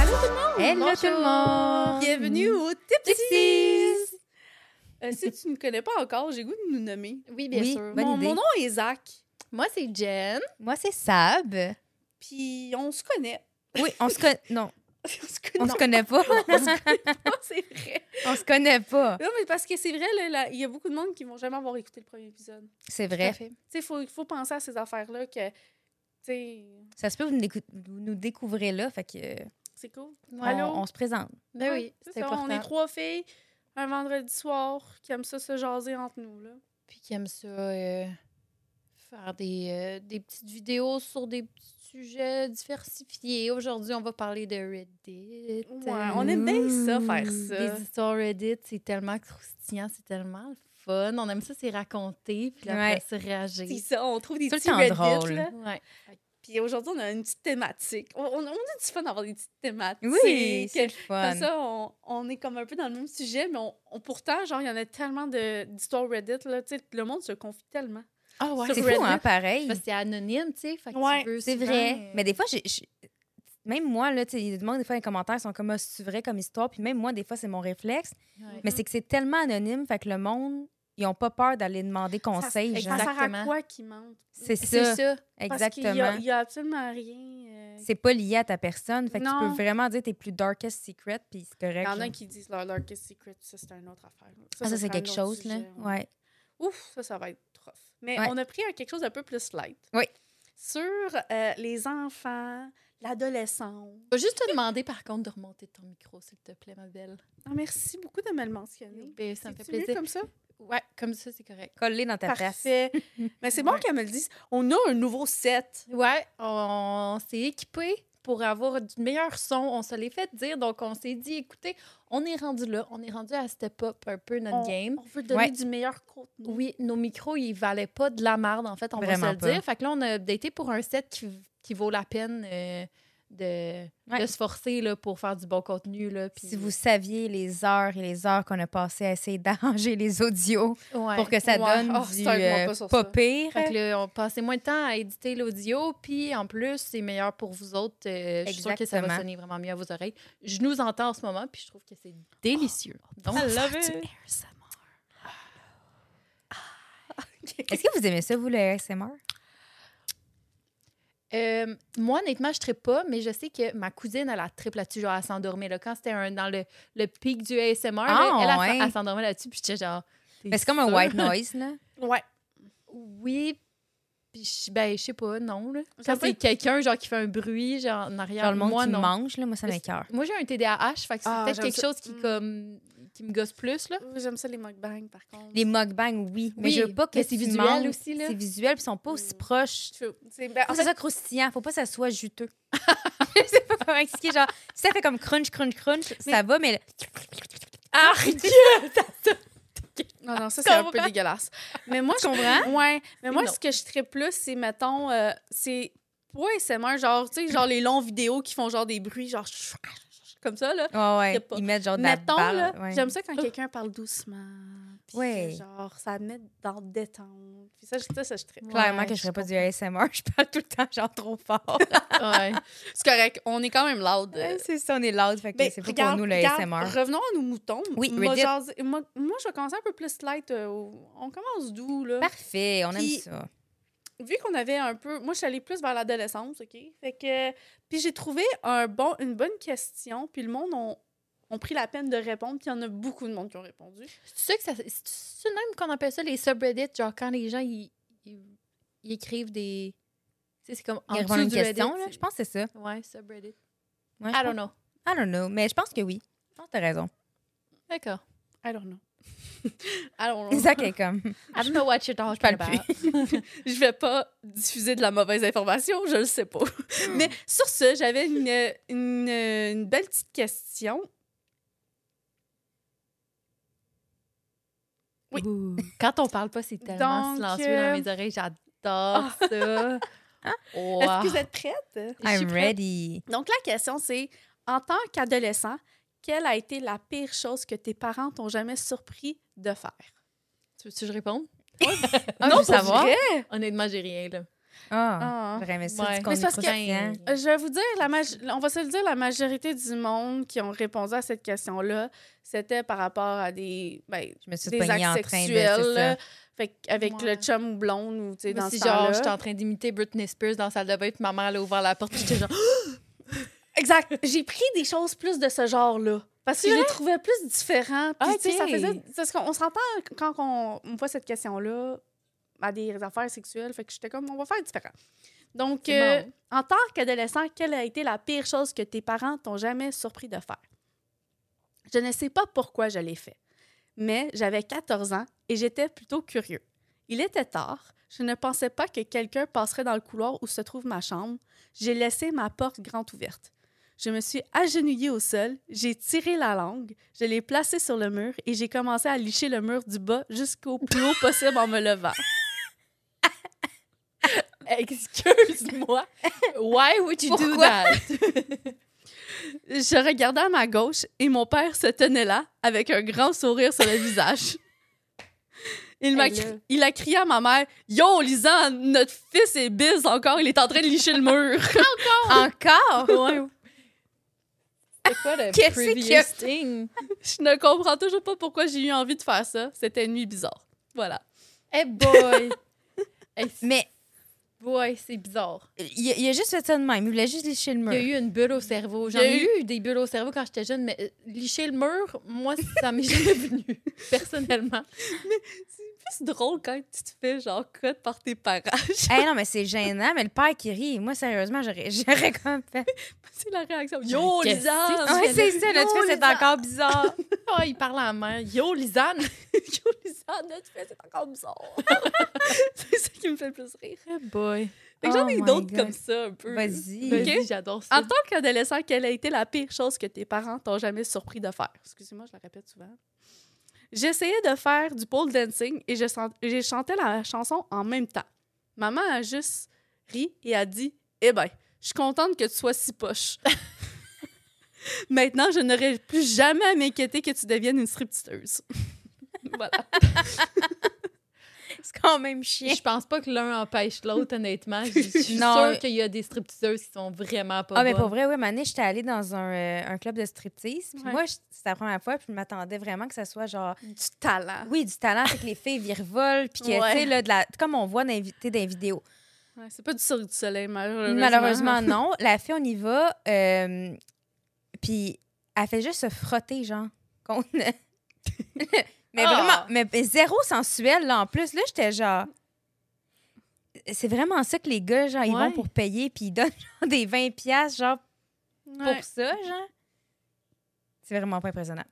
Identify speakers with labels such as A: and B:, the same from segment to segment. A: Hello
B: Bonjour.
A: tout le monde!
B: Bienvenue
C: Mmh.
B: au Tipsies!
A: Tipsies!
B: Euh, si tu ne me connais pas encore, j'ai goût de nous nommer.
C: Oui, bien
A: Oui.
C: sûr.
A: Bonne
B: mon,
A: idée.
B: mon nom est Zach,
C: Moi, c'est Jen.
A: Moi, c'est Sab.
B: puis on se connaît.
A: Oui, on se connaît. Non,
B: on se
A: on
B: connaît.
A: se connaît pas.
B: On se connaît pas, c'est vrai.
A: on se connaît pas.
B: Non, mais parce que c'est vrai, là, là, il y a beaucoup de monde qui vont jamais avoir écouté le premier épisode.
A: C'est
C: Tout à
A: vrai.
C: fait.
B: Tu sais, il faut, faut penser à ces affaires-là que, tu sais,
A: Ça se peut, vous nous, décou- vous nous découvrez là. Fait que, euh,
B: c'est cool.
C: Ouais.
B: Allô?
A: on, on se présente.
C: Ben
B: Ouais,
C: oui,
B: c'est
C: c'est
B: ça,
C: important.
B: On est trois filles, un vendredi soir, qui aiment ça se jaser entre nous, là.
C: Puis qui aime ça euh, faire des, euh, des petites vidéos sur des petits sujets diversifiés. Aujourd'hui, on va parler de Reddit. Euh,
B: Ouais, on aime bien ça, faire
A: Mmh,
B: ça.
C: Des histoires Reddit, c'est tellement croustillant, c'est tellement le fun. On aime ça, c'est raconter, puis
A: Ouais.
C: après se réagir.
B: C'est ça, on trouve des
A: Tout le
B: petits
A: temps
B: Reddit,
A: drôle.
B: là.
C: Ouais.
B: Puis aujourd'hui, on a une petite thématique. On, on, on a du fun d'avoir des petites thématiques.
A: Oui,
B: Comme
A: c'est le fun.
B: ça, on, on est comme un peu dans le même sujet, mais on, on- pourtant, genre, il y en a tellement de- d'histoires Reddit, là. Tu sais, le monde se confie tellement.
C: Ah ouais,
B: Sur
A: C'est
B: Reddit.
A: fou, hein, pareil.
C: Parce que c'est anonyme, tu sais. fait que tu
B: Ouais,
C: peux
A: C'est
C: souvent,
A: vrai.
C: euh,
A: Mais des fois, j'ai- j'ai- même moi, là, tu sais, il y a du monde, des fois, les commentaires sont comme, Ah, c'est vrai comme histoire. Puis même moi, des fois, c'est mon réflexe.
C: ouais.
A: Mais c'est que c'est tellement anonyme, fait que le monde, ils n'ont pas peur d'aller demander conseil.
B: ça,
A: genre.
B: ça sert à
C: Exactement.
B: quoi qu'ils mentent?
A: C'est
C: C'est
A: ça,
C: ça.
B: Parce qu'il y a-
A: exactement.
B: il y, a absolument rien. euh,
A: C'est pas lié à ta personne, fait que tu
B: Non.
A: peux vraiment dire tes plus darkest secrets, puis c'est
B: Il
A: correct.
B: y en
A: genre.
B: a qui disent leur darkest secret, ça, c'est une autre affaire. là.
A: Ah, ça,
B: ça
A: c'est
B: sera un
A: quelque
B: autre
A: chose, là.
B: sujet, ouais.
A: Ouais.
B: Ouf, ça, ça va être tough. Mais
A: Ouais.
B: on a pris un- quelque chose un peu plus light.
A: Oui.
B: Sur euh, les enfants, l'adolescence.
C: Je vais juste te demander, par contre, de remonter ton micro, s'il te plaît, ma belle.
B: Ah, merci beaucoup de me le mentionner.
C: Ben, ça me fait
B: C'est-tu mieux
C: plaisir.
B: comme ça?
C: Ouais, comme ça, c'est correct.
A: Coller dans ta face.
B: Parfait. Mais c'est bon
C: Ouais.
B: qu'elle me le dise. On a un nouveau set.
C: Ouais, on s'est équipé pour avoir du meilleur son. On se l'est fait dire. Donc, on s'est dit, écoutez, on est rendu là. On est rendu à step up un peu notre
B: On,
C: game.
B: on veut donner
A: Ouais.
B: du meilleur contenu.
C: Oui, nos micros, ils valaient pas de la merde, en fait. On
A: Vraiment
C: va se le
A: pas.
C: dire. Fait que là, on a updaté pour un set qui, qui vaut la peine euh, de,
A: Ouais.
C: de se forcer là, pour faire du bon contenu. Là, puis-
A: Si vous saviez les heures et les heures qu'on a passées à essayer d'arranger les audios
C: Ouais.
A: pour que ça
B: Ouais.
A: donne
B: Oh,
A: du
B: c'est un gros
A: euh,
B: pas sur
A: pas
B: ça.
A: pire.
C: Fait que là, on passait moins de temps à éditer l'audio, puis en plus, c'est meilleur pour vous autres. Euh, je suis sûre que ça va
A: Exactement.
C: sonner vraiment mieux à vos oreilles. Je nous entends en ce moment, puis je trouve que c'est délicieux. Donc,
B: I love
C: faire du
B: it.
C: ASMR.
A: Est-ce que vous aimez ça, vous, le ASMR?
C: Euh, moi, honnêtement, je ne pas, mais je sais que ma cousine, elle a triple là-dessus, genre, elle s'endormait. Là. Quand c'était un- dans le, le pic du ASMR, là,
A: Ah,
C: elle, elle,
A: ouais.
C: elle s'endormait là-dessus, puis j'étais genre. T'es
A: Mais Ben, c'est comme un
C: sûre?
A: white noise, là.
B: Ouais.
C: Oui, puis je- ben, je sais pas, non. Là.
B: Ça
C: Quand
B: peut
C: c'est quelqu'un genre, qui fait un bruit genre, en arrière,
A: Genre le monde
C: moi,
A: qui
C: non.
A: mange, là, moi, ça
C: Mais
A: m'écœure.
C: Moi, j'ai un TDAH, fait que c'est
B: Ah,
C: peut-être
B: j'aime
C: quelque
B: ça.
C: chose qui,
B: Mm.
C: comme, qui me gosse plus, là.
B: Oui, J'aime ça, les mukbangs, par contre.
A: Les mukbangs, oui. Mais
C: Oui,
A: je veux pas que
C: mais c'est
A: tu
C: visuel
A: manges.
C: aussi, là.
A: C'est visuel, puis ils sont pas aussi
B: Mm.
A: proches.
B: True. C'est- ben,
A: Faut
B: en
A: que Ah, ça
B: fait,
A: soit croustillant, faut pas que ça soit juteux. je sais pas comment expliquer, genre, si ça fait comme crunch, crunch, crunch, ça va, mais... Ah,
B: non, non, ça, c'est un peu
A: Comprends.
B: dégueulasse. Mais moi,
A: Tu comprends?
B: Ouais. Mais moi,
C: Non.
B: ce que je tripe plus, c'est, mettons, euh, c'est. Ouais, c'est même genre, tu sais, genre les longs vidéos qui font genre des bruits, genre. Comme ça, là.
A: Ouais,
B: Je sais
A: ouais,
B: pas.
A: ils mettent genre de la
B: Mettons,
A: balle,
B: là,
A: ouais. Oh.
B: j'aime ça quand quelqu'un parle doucement. Puis
A: Ouais.
B: que, genre, ça met dans le détente. Puis ça, je- ça, ça, je tripe.
A: Clairement
C: Ouais,
A: que je
C: je
A: ferais pas du ASMR, je parle tout le temps genre trop fort.
C: Ouais.
B: C'est correct. On est quand même loud. euh,
A: c'est ça, on est loud, fait que
B: Ben,
A: c'est pas pour
B: regarde-
A: nous le
B: regarde,
A: ASMR.
B: Revenons à nos moutons.
A: Oui,
B: moi,
A: Reddit.
B: jase- moi, moi, je vais commencer un peu plus light. euh, au- on commence d'où, là?
A: Parfait, on aime
B: Puis-
A: ça.
B: Vu qu'on avait un peu... Moi, je suis allée plus vers l'adolescence, OK? Fait que... Puis j'ai trouvé un bon, une bonne question, puis le monde ont, ont pris la peine de répondre, puis il y en a beaucoup de monde qui ont répondu.
C: C'est sûr que ça. C'est c'est même qu'on appelle ça les subreddits, genre quand les gens ils, ils- ils écrivent des. Tu sais, c'est comme en
A: Il y a
C: dessous
A: vraiment une
C: du
A: question,
C: Reddit,
A: là,
C: c'est-
A: je pense que c'est ça.
C: Ouais, subreddit.
A: Ouais, je
C: I don't
A: pense-
C: know.
A: I don't know, mais je pense que oui. Non, t'as raison.
C: D'accord.
B: I don't know. I don't know.
A: Isaac est comme...
C: I don't know what you're talking
A: parle
C: about.
B: Je vais pas diffuser de la mauvaise information, je le sais pas. Mais sur ce, j'avais une, une, une belle petite question. Oui.
C: Ouh. Quand on parle pas, c'est tellement
B: Donc,
C: silencieux
B: euh,
C: dans mes oreilles. J'adore ça. Wow.
B: Est-ce que vous êtes prête?
C: Je suis
A: I'm
C: prête.
A: ready.
B: Donc, la question, c'est en tant qu'adolescent, quelle a été la pire chose que tes parents t'ont jamais surpris de faire?
C: Tu veux que je réponde?
A: Ah, je veux
B: pour
A: savoir.
B: vrai?
C: Honnêtement, j'ai rien, là.
A: Ah,
B: Ah.
A: j'aurais aimé ça.
C: Ouais.
A: dis qu'on
B: Mais c'est
A: est
B: parce
A: trop
B: que-
A: fiers.
B: Je vais vous dire, la maj- on va se le dire, la majorité du monde qui ont répondu à cette question-là, c'était par rapport à des, ben,
A: Je me suis
B: des
A: pognée en
B: actes
A: train de... c'est
B: sexuels, là,
A: ça.
B: fait que- avec
C: Ouais.
B: le chum ou blonde ou tu sais, dans
C: Moi,
B: ce
C: si genre,
B: genre
C: j'étais en train d'imiter Britney Spears dans la salle de bain, puis ma mère, elle a ouvert la porte, puis j'étais genre,
B: Exact. J'ai pris des choses plus de ce genre-là. Parce que je les trouvais plus différents. Puis,
C: Ok.
B: tu sais,
A: Ah,
B: ça faisait. Parce qu'on on s'entend quand on, on voit cette question-là à des affaires sexuelles. Fait que j'étais comme, on va faire différent. Donc,
C: C'est
B: euh,
C: bon.
B: en tant qu'adolescent, quelle a été la pire chose que tes parents t'ont jamais surpris de faire? Je ne sais pas pourquoi je l'ai fait, mais j'avais 14 ans et j'étais plutôt curieux. Il était tard. Je ne pensais pas que quelqu'un passerait dans le couloir où se trouve ma chambre. J'ai laissé ma porte grande ouverte. Je me suis agenouillée au sol, j'ai tiré la langue, je l'ai placée sur le mur et j'ai commencé à licher le mur du bas jusqu'au plus haut possible en me levant.
C: excuse-moi, why would you do
A: Pourquoi?
C: that?
B: Je regardais à ma gauche et mon père se tenait là avec un grand sourire sur le visage. Il, m'a
C: Hey, là.
B: cri- il a crié à ma mère Yo, Lisan, notre fils est bise encore, il est en train de licher le mur.
A: Encore?
C: C'est quoi le
A: Qu'est-ce
C: previous
A: que-
C: thing?
B: Je ne comprends toujours pas pourquoi j'ai eu envie de faire ça. C'était une nuit bizarre. Voilà.
C: Hey boy! hey
A: Mais
C: boy, c'est bizarre.
A: il, il a juste fait ça de même. Il voulait juste lécher le
C: Il y a
A: mur.
C: eu une bulle au cerveau. J'en
B: Il y a
C: ai eu des bulles au cerveau quand j'étais jeune, mais euh, licher le mur, moi, ça m'est jamais venu, personnellement.
B: C'est drôle quand tu te fais genre cote par tes parents.
A: Hey, non, mais c'est gênant, mais le père qui rit, moi, sérieusement, j'aurais, j'aurais comme fait.
B: C'est la réaction. Yo,
C: Qu'est-ce
B: Lisanne!
C: que
A: Ouais, c'est ça, là,
B: Non,
A: tu fais, c'est
B: Lisanne.
A: encore bizarre.
C: Ah, il parle à la mère. Yo, Lisanne!
B: Yo, Lisanne, notre fils est encore bizarre. c'est ça qui me fait le plus rire.
C: Hey boy!
B: Fait que j'en
A: Oh
B: ai
A: my
B: d'autres
A: God.
B: comme ça un peu.
A: Vas-y.
B: Ok.
C: Vas-y, J'adore ça.
B: En tant qu'adolescent, quelle a été la pire chose que tes parents t'ont jamais surpris de faire? Excusez-moi, je la répète souvent. J'essayais de faire du pole dancing et je, sent- j'ai chanté la chanson en même temps. Maman a juste ri et a dit Eh ben, je suis contente que tu sois si poche. Maintenant, je n'aurai plus jamais à m'inquiéter que tu deviennes une stripteaseuse. voilà.
A: C'est quand même chien.
C: Je pense pas que l'un empêche l'autre, honnêtement. Je je suis
A: Non.
C: sûre qu'il y a des stripteaseuses qui sont vraiment pas
A: Ah, mais pour
C: bonnes.
A: vrai, oui, Mané, j'étais allée dans un, euh, un club de striptease. Puis
B: Ouais.
A: moi, je- c'était la première fois, puis je m'attendais vraiment que ça soit genre,
B: Du talent.
A: oui, du talent, c'est que les filles virevolent, puis que,
B: Ah. Ouais.
A: tu sais, là, de la- comme on voit dans les vi- tu sais, dans les vidéos.
B: Ouais, c'est pas du cirque du soleil, malheureusement.
A: Malheureusement, non. La fille, on y va. euh, puis elle fait juste se frotter, genre. contre- mais
C: Ah!
A: vraiment, mais, mais zéro sensuel, là. En plus, là, j'étais genre. C'est vraiment ça que les gars, genre, ils
B: Ouais.
A: vont pour payer, puis ils donnent genre, des 20$, piastres, genre, pour
B: Ouais.
A: ça, genre. C'est vraiment pas impressionnant.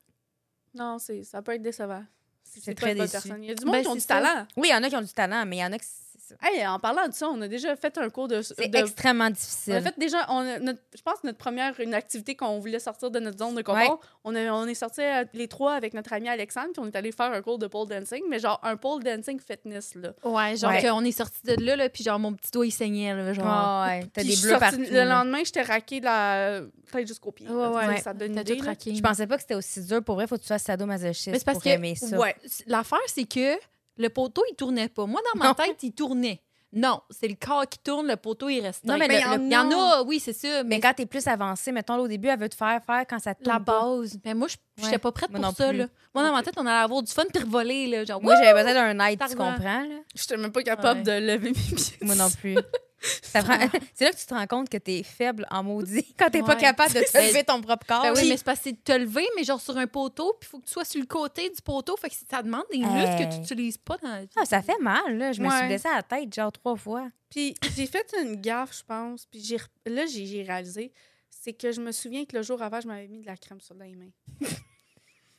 B: Non, c'est, ça peut être décevant. Si
A: C'est
B: C'est
A: très
B: très bonne
A: déçu.
B: personne. Il y a du monde
C: Ben,
B: qui ont
C: c'est
B: du
C: ça.
B: talent.
A: Oui, il y en a qui ont du talent, mais il y en a qui. C'est ça.
B: Hey, en parlant de ça, on a déjà fait un cours de.
A: C'est
B: de-
A: extrêmement
B: on
A: difficile.
B: a fait déjà, on a- notre- je pense, que notre première une activité qu'on voulait sortir de notre zone de confort.
A: Ouais.
B: On, a- on est sortis euh, les trois avec notre ami Alexandre, puis on est allé faire un cours de pole dancing, mais genre un pole dancing fitness, là.
C: Ouais, genre
A: Ouais.
C: qu'on est sorti de là, là, puis genre mon petit doigt, il saignait, là, genre.
A: Ah ouais, t'as
B: Puis
A: des
B: je suis
A: bleus
B: sortie-
A: partout.
B: Le
A: là.
B: lendemain, j'étais raquée de la tête jusqu'aux pieds.
C: Ouais,
B: là.
C: ouais.
B: Ça,
A: Ouais.
B: Ça donne une
C: T'as tout
B: idée, là.
C: craqué.
A: Je pensais pas que c'était aussi dur. Pour vrai, faut que tu sois sadomasochiste
C: Mais c'est parce
A: pour
C: que-
A: aimer ça.
C: Ouais. C'est- L'affaire, c'est que le poteau, il tournait pas. Moi, dans ma
A: Non.
C: tête, il tournait. Non, c'est le corps qui tourne, le poteau, il reste.
A: Non, mais le- le-
C: il y en a, oui, c'est ça.
A: Mais
C: Mais,
A: quand t'es plus avancé, mettons, là, au début, elle veut te faire faire quand ça te
C: la base, mais moi, je j'étais
A: Ouais.
C: pas prête
A: Moi
C: pour
A: non
C: ça.
A: plus.
C: Là. Moi, dans ma tête, on allait avoir du fun puis revoler. Là, genre,
A: Moi, j'avais besoin d'un aide,
C: Ça
A: tu
C: revient.
A: comprends? Là?
B: J'étais même pas capable
C: Ouais.
B: de lever mes pieds.
A: Moi non plus. Ça prend- c'est là que tu te rends compte que t'es faible en maudit quand t'es pas
C: Ouais.
A: capable de te
C: Mais-
A: lever ton propre corps.
C: Ben oui,
A: Puis-
C: mais c'est parce que c'est de te lever, mais genre sur un poteau, puis il faut que tu sois sur le côté du poteau. Fait que ça demande des muscles que
A: Hey.
C: tu n'utilises pas dans la vie.
A: Ah, ça fait mal, là. Je me suis
B: Ouais.
A: blessée à la tête, genre, trois fois.
B: Puis j'ai fait une gaffe, je pense. Puis j'ai, rep- là, j'ai, j'ai réalisé, c'est que je me souviens que le jour avant, je m'avais mis de la crème sur les mains.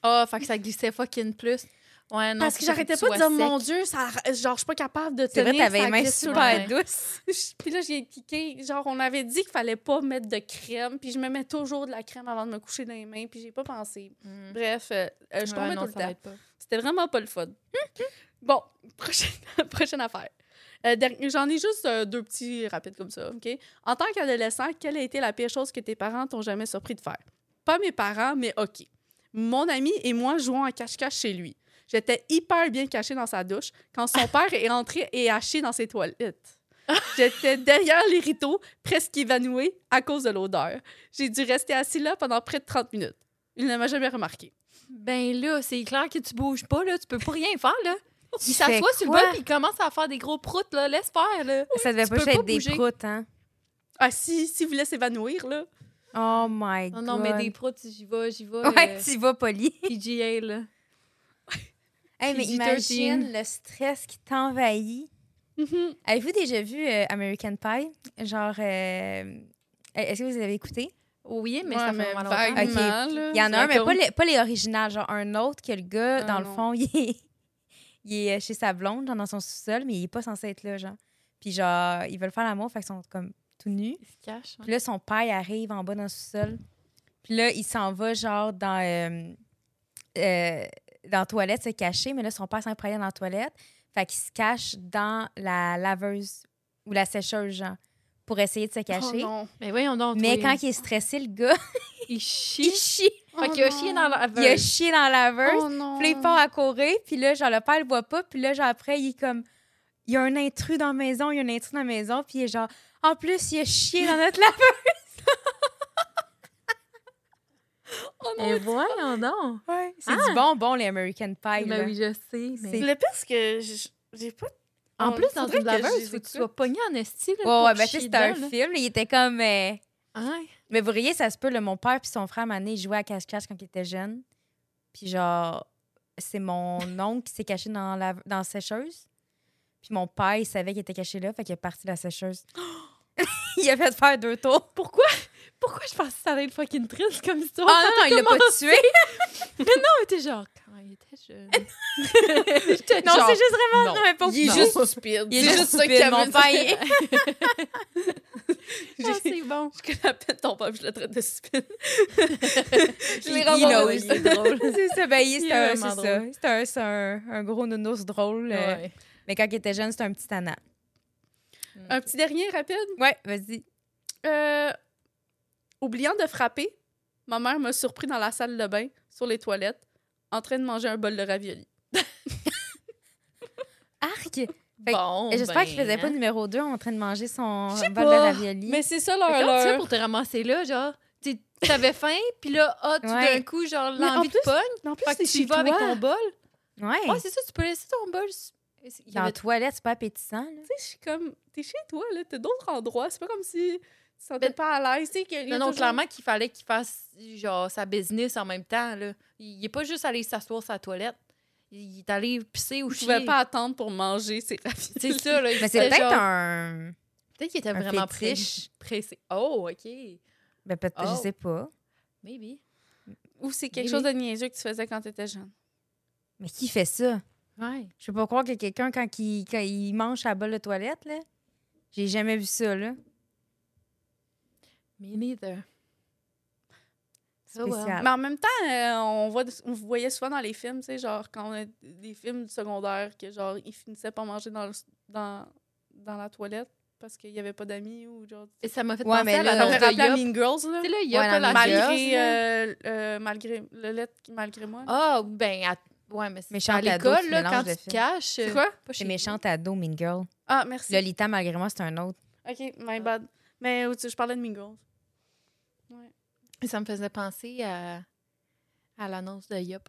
C: Ah, fait que ça glissait fucking plus. Ouais, non,
B: Parce que
C: c'est ça,
B: j'arrêtais
C: faut
B: pas
C: que
B: de
C: tu
B: dire,
C: sois
B: mon Dieu, ça, genre, je suis pas capable de
A: C'est
B: tenir.
A: vrai, t'avais les
B: ça
A: mains
B: glisse sur
A: super
C: ouais.
A: douces.
B: Je- Puis là, j'ai piqué. Genre, on avait dit qu'il fallait pas mettre de crème. Puis je me mets toujours de la crème avant de me coucher dans les mains. Puis j'ai pas pensé.
C: sec. Mm.
B: Bref, euh, euh, je
C: Ouais,
B: tombais
C: non,
B: tout le
C: ça
B: temps.
C: aide pas.
B: C'était vraiment pas le fun. bon, prochaine, prochaine affaire. Euh, derni- J'en ai juste euh, deux petits rapides comme ça, OK? En tant qu'adolescent, quelle a été la pire chose que tes parents t'ont jamais surpris de faire? Pas mes parents, mais OK. Mon ami et moi jouons à cache-cache chez lui. J'étais hyper bien cachée dans sa douche quand son père est entré et haché dans ses toilettes. J'étais derrière les rideaux, presque évanouie à cause de l'odeur. J'ai dû rester assis là pendant près de 30 minutes. Il ne m'a jamais remarqué.
C: Ben là, c'est clair que tu bouges pas, là. Tu peux pas rien faire, là.
A: Tu
C: Il
A: fais
C: s'assoit sur le
A: quoi? Oh
C: bol puis il commence à faire des gros proutes, là. Laisse faire, là.
A: Ça devait
C: tu
A: pas
C: peux
A: juste
C: pas
A: être des
C: bouger.
A: proutes, hein?
B: Ah, si, si vous laissez s'évanouir, là.
A: Oh my
C: Non,
A: god.
C: non, mais des proutes, j'y vais, j'y vais.
A: Ouais,
C: euh,
A: tu y vas poli.
C: PGA, là.
A: Hey, mais
C: PG-13.
A: imagine le stress qui t'envahit.
B: Mm-hmm.
A: Avez-vous déjà vu euh, American Pie? Genre, euh, est-ce que vous avez écouté?
C: Oui, mais
B: Ouais,
C: ça fait
B: mais
C: mal
B: vaguement,
A: Ok.
B: là,
A: Il y en a
B: ça
A: un, mais pas
B: compte.
A: les, pas les originales. Genre, un autre que le gars,
B: Hum, Ah,
A: dans le
B: non.
A: fond, il est, il est euh, chez sa blonde, genre dans son sous-sol, mais il est pas censé être là, genre. Puis genre, ils veulent faire l'amour, fait qu'ils sont comme tout nus.
C: Il se cache.
A: Puis là, son père il arrive en bas dans le sous-sol. Puis là, il s'en va, genre, dans, euh, euh, dans la toilette se cacher. Mais là, son père s'en est pour aller dans la toilette. Fait qu'il se cache dans la laveuse ou la sécheuse, genre, pour essayer de se cacher.
B: Oh, non.
C: Mais voyons donc.
A: Mais
C: toi,
A: quand il est stressé, le gars,
C: il
A: il
C: chie.
A: chie.
C: Fait
B: Oh
C: qu'il a
B: non.
C: chié dans la
A: Il a chié dans la laveuse.
B: Oh non.
A: Puis là, il part à courir. Puis là, genre, le père le voit pas. Puis là, genre, après, il est comme... Il y a un intrus dans la maison. Il y a un intrus dans la maison. Puis il est genre... En plus, il a chié dans notre laveuse.
C: Mais voyons donc.
A: C'est du
B: Ah!
A: bonbon, les American Pie, là.
C: Ben oui, je sais. mais-
A: C'est-
B: Le pire, c'est que j- j'ai pas. Ah,
C: En plus, dans
B: Faudrait
C: une
B: que je
C: laveuse,
B: les
C: faut que tu
B: écoute.
C: sois pogné en esti. là,
A: Ouais,
C: pour
A: ouais, ben, tu sais,
C: chier
A: c'était un
C: dedans, là. Hein?
A: film. Il était comme. euh,
C: Ouais.
A: Mais vous riez, ça se peut, là, mon père puis son frère, Mané, ils jouaient à cache-cache quand ils étaient jeunes. Puis genre, c'est mon oncle qui s'est caché dans la, dans la sécheuse. Puis mon père, il savait qu'il était caché là, fait qu'il est parti de la sécheuse. il a fait faire deux tours.
C: Pourquoi? Pourquoi je pensais que ça allait être fucking triste comme histoire?
A: Ah non, non, il l'a pas tué.
C: non, était genre, quand il était jeune. J'étais
A: Non,
C: genre,
A: c'est juste vraiment.
C: non.
A: Non, mais pas
B: Il est
A: non.
B: juste stupide.
A: Il est
B: C'est
A: juste
B: ça qu'il
A: stupide,
B: avait
A: mon
B: dit.
A: père. il est-
C: Ah, c'est bon.
B: Je connais à peine ton père, puis je le traite de stupide.
A: Puis
B: je l'ai
A: il
B: renvoyé.
A: knows. C'est ça, ben, il-
C: Il
A: c'est
C: est
A: un- c'est
C: vraiment
A: ça. C'est un- c'est un, un gros nounours drôle. euh,
C: Ouais.
A: Mais quand il était jeune, c'était un petit tannant.
B: Un petit dernier rapide.
A: Ouais, vas-y.
B: Euh, oubliant de frapper, ma mère m'a surpris dans la salle de bain, sur les toilettes, en train de manger un bol de ravioli.
A: Arc!
C: Bon,
A: Et j'espère
C: ben,
A: qu'il faisait pas
C: hein.
A: numéro 2 en train de manger son
B: Je sais
A: bol de
B: pas,
A: ravioli.
B: Mais c'est ça leur.
C: Mais Comment tu fais
B: leur...
C: pour te ramasser là, genre? Tu- T'avais faim, puis là, ah, tout
A: Ouais.
C: d'un coup, genre,
B: Mais en
C: l'envie de
B: plus,
C: pogne.
B: En
C: Fait que tu y vas avec ton bol.
A: Ouais.
C: Ouais, c'est ça, tu peux laisser ton bol. s- Il y
A: Dans la
C: avait-
A: toilette, c'est pas appétissant. là.
B: Tu sais, je suis comme. T'es chez toi, là. T'as d'autres endroits. C'est pas comme si tu te sentais
C: Ben-
B: pas à l'aise. Tu sais, que
C: Non, non, clairement qu'il fallait qu'il fasse, genre, sa business en même temps, là. Il est pas juste allé s'asseoir sur la toilette. Il est allé pisser ou
B: Je
C: chier.
B: pouvais pas attendre pour manger ces raviolis.
C: C'est ça, là. il
A: Mais c'est
C: était
A: peut-être
C: genre-
A: un.
C: Peut-être qu'il était
A: un
C: vraiment
A: fétiche.
C: pressé. pressé. Oh, OK.
A: Ben, peut-être,
C: Oh.
A: je sais pas.
C: Maybe.
B: Ou c'est quelque
C: Oui,
B: chose de niaiseux que tu faisais quand t'étais jeune.
A: Mais qui fait ça?
C: Ouais.
A: Je peux pas croire que quelqu'un, quand il, quand il mange à bol de toilette, là, j'ai jamais vu ça, là.
C: Me neither. Oh, well.
A: Spécial.
B: Mais en même temps, euh, on, voit, on voyait souvent dans les films, tu sais, genre quand on a des films du secondaire, que genre ils finissaient par manger dans, le- dans, dans la toilette parce qu'il n'y avait pas d'amis ou genre.
C: Et ça m'a fait
A: Ouais,
C: penser
A: mais
C: à la
A: là-
B: Ça me
C: langue
B: rappelait
C: de Yop.
B: Mean Girls, là.
C: Tu sais, là, Yop,
A: Ouais, la
C: a la
A: Mean
C: gueule.
A: Girls,
B: Malgré, euh, euh, malgré le lettre qui malgré moi. Euh,
C: Ah, ben, à... ouais, mais c'est
A: Méchante
C: à
A: ado, tu
C: l'école, là,
A: mélanges
C: quand
A: de
C: tu te
A: films.
C: caches.
B: C'est quoi?
A: C'est méchante ado, Mean Girl.
B: Ah, merci.
A: Lolita, malgré moi, c'est un autre.
B: Ok,
C: Ah.
B: my bad. Mais tu- je parlais de Mean Girls.
C: Ça me faisait penser à, à l'annonce de Yop.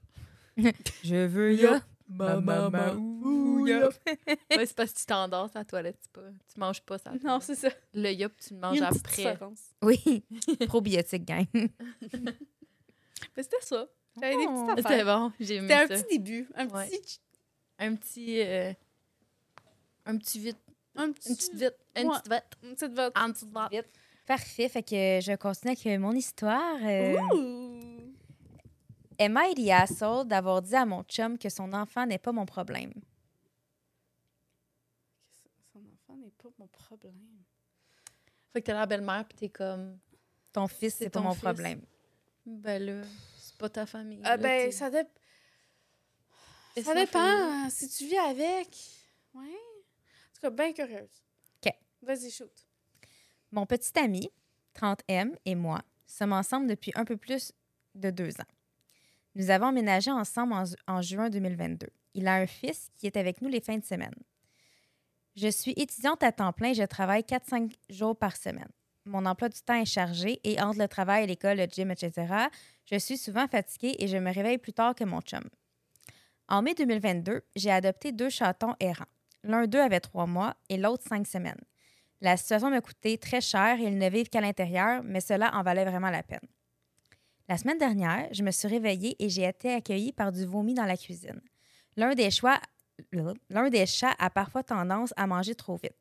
A: Je veux
C: Yup.
A: ma, ma, ma, ouh,
C: Yop. Ouais, c'est parce que tu t'endors à la toilette, c'est pas. Tu manges pas ça.
B: Non, c'est ça.
C: Le Yop, tu le
B: Il y
C: manges
B: a une petite
C: après.
B: différence.
A: Oui. Probiotique, gang.
B: Mais c'était ça. J'avais des
A: Oh.
B: petites
C: C'était
B: affaires.
C: bon, j'ai aimé
B: C'était un
C: ça.
B: petit début. Un
C: Ouais.
B: petit.
C: Un petit. euh, Un petit vite.
B: Un
C: Une
B: petit.
C: petite Ah, vite. Une
B: Ouais.
C: petite vite.
B: Une petite vote.
C: En petite vite.
A: Parfait. Fait que je continue avec euh, mon histoire. euh,
B: Ouh.
A: Emma est the asshole d'avoir dit à mon chum que son enfant n'est pas mon problème.
B: Son enfant n'est pas mon problème.
C: Fait que t'as la belle-mère, puis t'es comme.
A: Ton fils, c'est
C: C'est
A: pas
C: ton
A: mon
C: fils.
A: problème.
C: Ben là, c'est pas ta famille.
B: Ah
C: là,
B: ben,
C: t'es-
B: ça, dép-
C: c'est
B: ça
C: ma famille.
B: dépend. Si tu vis avec. Ouais. En tout cas, bien curieuse.
A: OK.
B: Vas-y, shoot.
A: Mon petit ami, 30M, et moi sommes ensemble depuis un peu plus de deux ans. Nous avons emménagé ensemble en, ju- en juin 2022. Il a un fils qui est avec nous les fins de semaine. Je suis étudiante à temps plein et je travaille 4-5 jours par semaine. Mon emploi du temps est chargé et entre le travail, l'école, le gym, etc., je suis souvent fatiguée et je me réveille plus tard que mon chum. En mai 2022, j'ai adopté deux chatons errants. L'un d'eux avait trois mois et l'autre cinq semaines. La situation m'a coûté très cher et ils ne vivent qu'à l'intérieur, mais cela en valait vraiment la peine. La semaine dernière, je me suis réveillée et j'ai été accueillie par du vomi dans la cuisine. L'un des, choix- l'un des chats a parfois tendance à manger trop vite.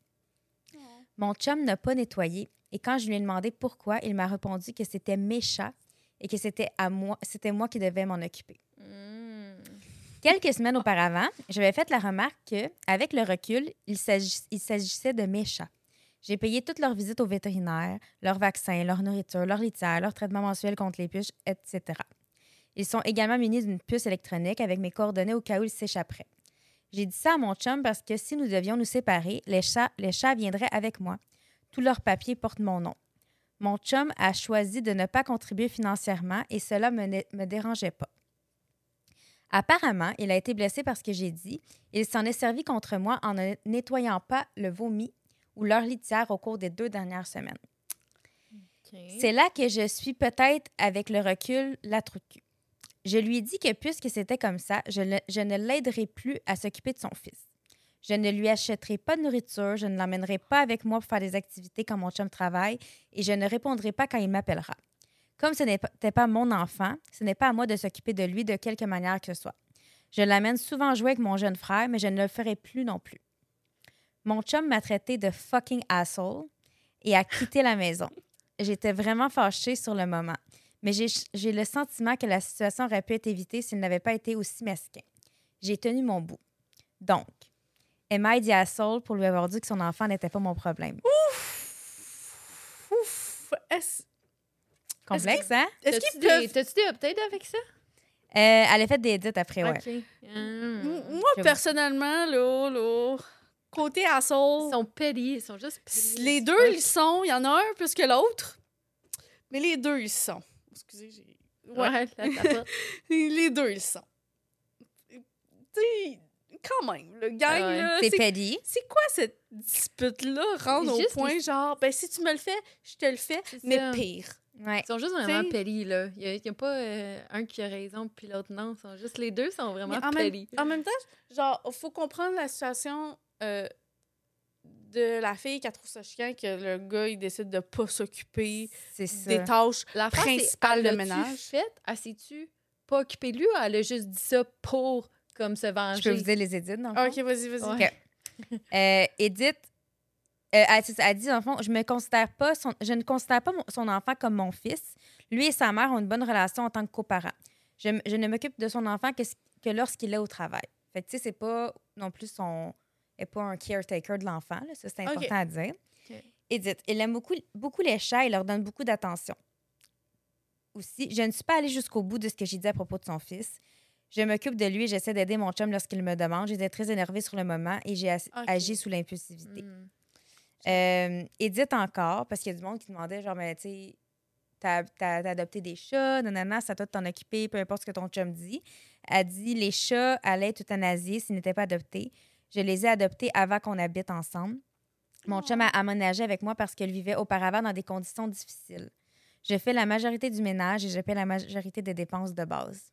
A: Mon chum n'a pas nettoyé et quand je lui ai demandé pourquoi, il m'a répondu que c'était mes chats et que c'était à moi, c'était moi qui devais m'en occuper.
C: Mm.
A: Quelques semaines auparavant, j'avais fait la remarque que, avec le recul, il s'agis- il s'agissait de mes chats. J'ai payé toutes leurs visites au vétérinaire, leurs vaccins, leur nourriture, leur litière, leur traitement mensuel contre les puces, etc. Ils sont également munis d'une puce électronique avec mes coordonnées au cas où ils s'échapperaient. J'ai dit ça à mon chum parce que si nous devions nous séparer, les chats, les chats viendraient avec moi. Tous leurs papiers portent mon nom. Mon chum a choisi de ne pas contribuer financièrement et cela me, ne- me dérangeait pas. Apparemment, il a été blessé parce que j'ai dit il s'en est servi contre moi en ne nettoyant pas le vomi ou leur litière au cours des deux dernières semaines. C'est là que je suis peut-être, avec le recul, la trou de cul. Je lui ai dit que puisque c'était comme ça, je ne, je ne l'aiderai plus à s'occuper de son fils. Je ne lui achèterai pas de nourriture, je ne l'emmènerai pas avec moi pour faire des activités quand mon chum travaille et je ne répondrai pas quand il m'appellera. Comme ce n'était pas mon enfant, ce n'est pas à moi de s'occuper de lui de quelque manière que ce soit. Je l'amène souvent jouer avec mon jeune frère, mais je ne le ferai plus non plus. Mon chum m'a traité de fucking asshole et a quitté la maison. J'étais vraiment fâchée sur le moment, mais j'ai- j'ai le sentiment que la situation aurait pu être évitée s'il n'avait pas été aussi mesquin. J'ai tenu mon bout. Donc, Emma a dit à Saul pour lui avoir dit que son enfant n'était pas mon problème.
B: Ouf! Est-ce
A: Complexe, hein?
B: est-ce
C: T'as-tu
B: qu'ils
C: des-
B: peuvent...
C: T'as-tu des updates avec ça?
A: Euh, elle a fait des edits après,
B: Eh
A: ouais.
C: OK.
B: M-
C: Mm.
B: Moi,
A: j'avoue.
B: personnellement, là, là, côté assaut,
C: Ils sont péris, ils sont juste petits.
B: les deux, ils sont. Il y en a un plus que l'autre. Mais les deux, ils sont. Excusez, j'ai...
C: Ouais,
B: Ouais.
C: la tapote.
B: les deux, ils sont. Tu sais, quand même, le gang,
C: Ouais.
B: là,
A: C'est
B: c'est
A: petty.
B: c'est quoi cette dispute-là, rendre au
C: Juste
B: point, genre, ben si tu me le fais, je te le fais,
C: C'est
B: mais
C: ça.
B: pire.
A: Ouais.
C: Ils sont juste vraiment
B: T'sais-
C: péris, là. Il n'y a, pas euh, un qui a raison puis l'autre non. Ils sont juste, les deux sont vraiment
B: Mais en, même,
C: péris.
B: en même temps, genre, faut comprendre la situation euh, de la fille qui a trouvé ça chiant que le gars, il décide de pas s'occuper
A: C'est ça.
B: des tâches.
C: La principale
B: principal
C: de
B: de
C: ménage.
B: ménage.
C: Fait, elle s'est-tu pas occupée de lui ou elle a juste dit ça pour comme se
A: Je peux
C: venger?
A: vous dire les edits, dans le
B: Ah,
A: fond?
B: OK, vas-y, vas-y.
C: Mm-hmm. Ouais.
A: Ok. Euh, Edith, euh, elle, c'est ça, elle dit, dans le fond, je, me considère pas son- je ne considère pas mon- son enfant comme mon fils. Lui et sa mère ont une bonne relation en tant que coparents. Je, m- je ne m'occupe de son enfant que, ce- que lorsqu'il est au travail. Fait que, tu sais, c'est pas non plus son. Elle n'est pas un caretaker de l'enfant, là. ça, c'est
B: Ok.
A: important à dire.
C: Ok.
A: Edith, il aime beaucoup, beaucoup les chats et leur donne beaucoup d'attention. Aussi, je ne suis pas allée jusqu'au bout de ce que j'ai dit à propos de son fils. Je m'occupe de lui et j'essaie d'aider mon chum lorsqu'il me demande. J'étais très énervée sur le moment et j'ai as-
B: Ok.
A: agi sous l'impulsivité.
C: Mm.
A: Euh, Edith encore, parce qu'il y a du monde qui demandait genre, mais tu sais, t'as t'as- t'as adopté des chats, nanana, ça doit t'en occuper, peu importe ce que ton chum dit. Elle dit les chats allaient être euthanasiés s'ils n'étaient pas adoptés. Je les ai adoptés avant qu'on habite ensemble. Mon chum a aménagé avec moi parce qu'elle vivait auparavant dans des conditions difficiles. Je fais la majorité du ménage et je paie la majorité des dépenses de base.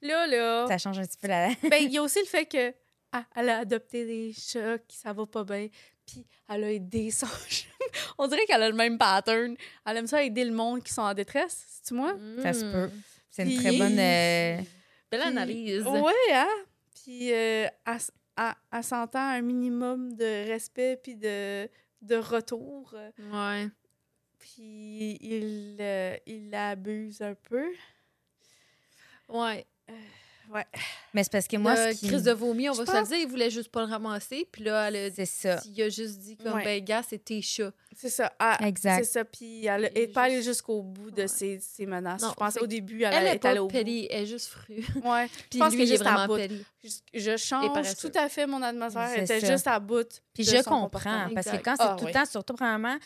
B: Là, là,
A: Ça change un petit peu la.
B: ben, il y a aussi le fait que ah, elle a adopté des chats qui ça va pas bien, puis elle a aidé son chum. On dirait qu'elle a le même pattern. Elle aime ça aider le monde qui sont en détresse, c'est-tu moi?
A: Ça se peut. C'est une
B: Puis-
A: très bonne. euh,
C: Mm.
B: Puis-
C: Belle analyse.
B: Ouais, hein? Puis euh, elle, s- elle- elle s'entend un minimum de respect puis de, de retour. euh,
C: Ouais.
B: Puis il, euh, il l'abuse un peu.
C: Ouais.
A: Mais c'est parce que moi,
C: La
A: ce qui-
C: crise de vomi, on
B: Je
C: va
B: pense-
C: se le dire, il voulait juste pas le ramasser. Puis là, elle a
A: c'est ça.
C: il a juste dit comme,
B: Ouais.
C: ben gars, c'est tes chats.
B: C'est ça. elle-
A: Exact.
B: c'est ça. Puis elle
C: Il est
B: n'est pas allée
C: juste-
B: jusqu'au bout de
C: Ouais.
B: ses, ses menaces.
C: Non,
B: je pense
C: fait
B: au début, elle,
C: Elle est
B: est allée
C: pas
B: au bout.
C: périe, elle est juste frue.
B: Ouais.
C: Puis
B: pense
C: lui,
B: que
C: il est
B: juste à
C: vraiment
B: bout.
C: péri.
B: Je, je
C: Et
B: change
C: paresseux.
B: tout à fait mon adversaire.
A: C'est
B: Elle était
A: ça.
B: juste à bout.
A: Puis
B: de
A: je
B: son
A: comprends,
B: comportement.
A: parce que
C: Exact.
A: quand c'est
B: Ah,
A: tout le
B: oui.
A: temps, surtout premièrement,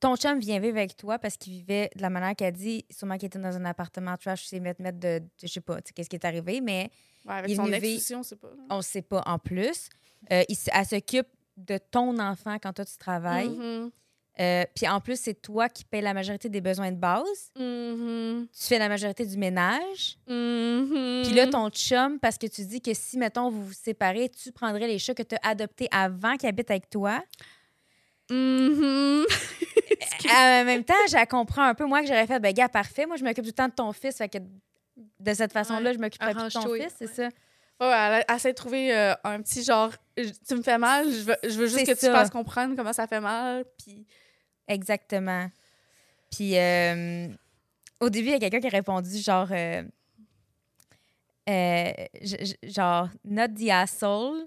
A: ton chum vient vivre avec toi parce qu'il vivait de la manière qu'elle dit, sûrement qu'il était dans un appartement trash, c'est mettre mettre de, de- je sais pas, tu sais, qu'est-ce qui est arrivé, mais
B: Ouais, avec
A: Il est
B: son
A: venu
B: ex
A: vi-
B: aussi, on sait pas. là.
A: on sait pas en plus. Euh, il s- elle s'occupe de ton enfant quand toi, tu travailles.
B: Mhm.
A: Euh, Puis en plus, c'est toi qui payes la majorité des besoins de base.
B: Mhm.
A: Tu fais la majorité du ménage.
B: Mhm.
A: Puis là, ton chum, parce que tu dis que si, mettons, vous vous séparez, tu prendrais les chats que tu as adoptés avant qu'ils habitent avec toi.
B: Mhm.
A: Euh, en même temps, je la comprends un peu, moi, que j'aurais fait, ben, gars, parfait, moi, je m'occupe du temps de ton fils. Fait que de cette façon-là, je m'occuperai plus de ton
C: Arrange-toi,
A: fils, c'est
C: ouais.
A: ça.
B: Ouais, elle elle essaie de trouver euh, un petit genre, je- tu me fais mal, je veux, je veux juste
A: C'est
B: que tu
A: ça.
B: fasses comprendre comment ça fait mal. Puis
A: Exactement. Puis euh, au début, il y a quelqu'un qui a répondu genre, euh, euh, j- j- genre, not the asshole,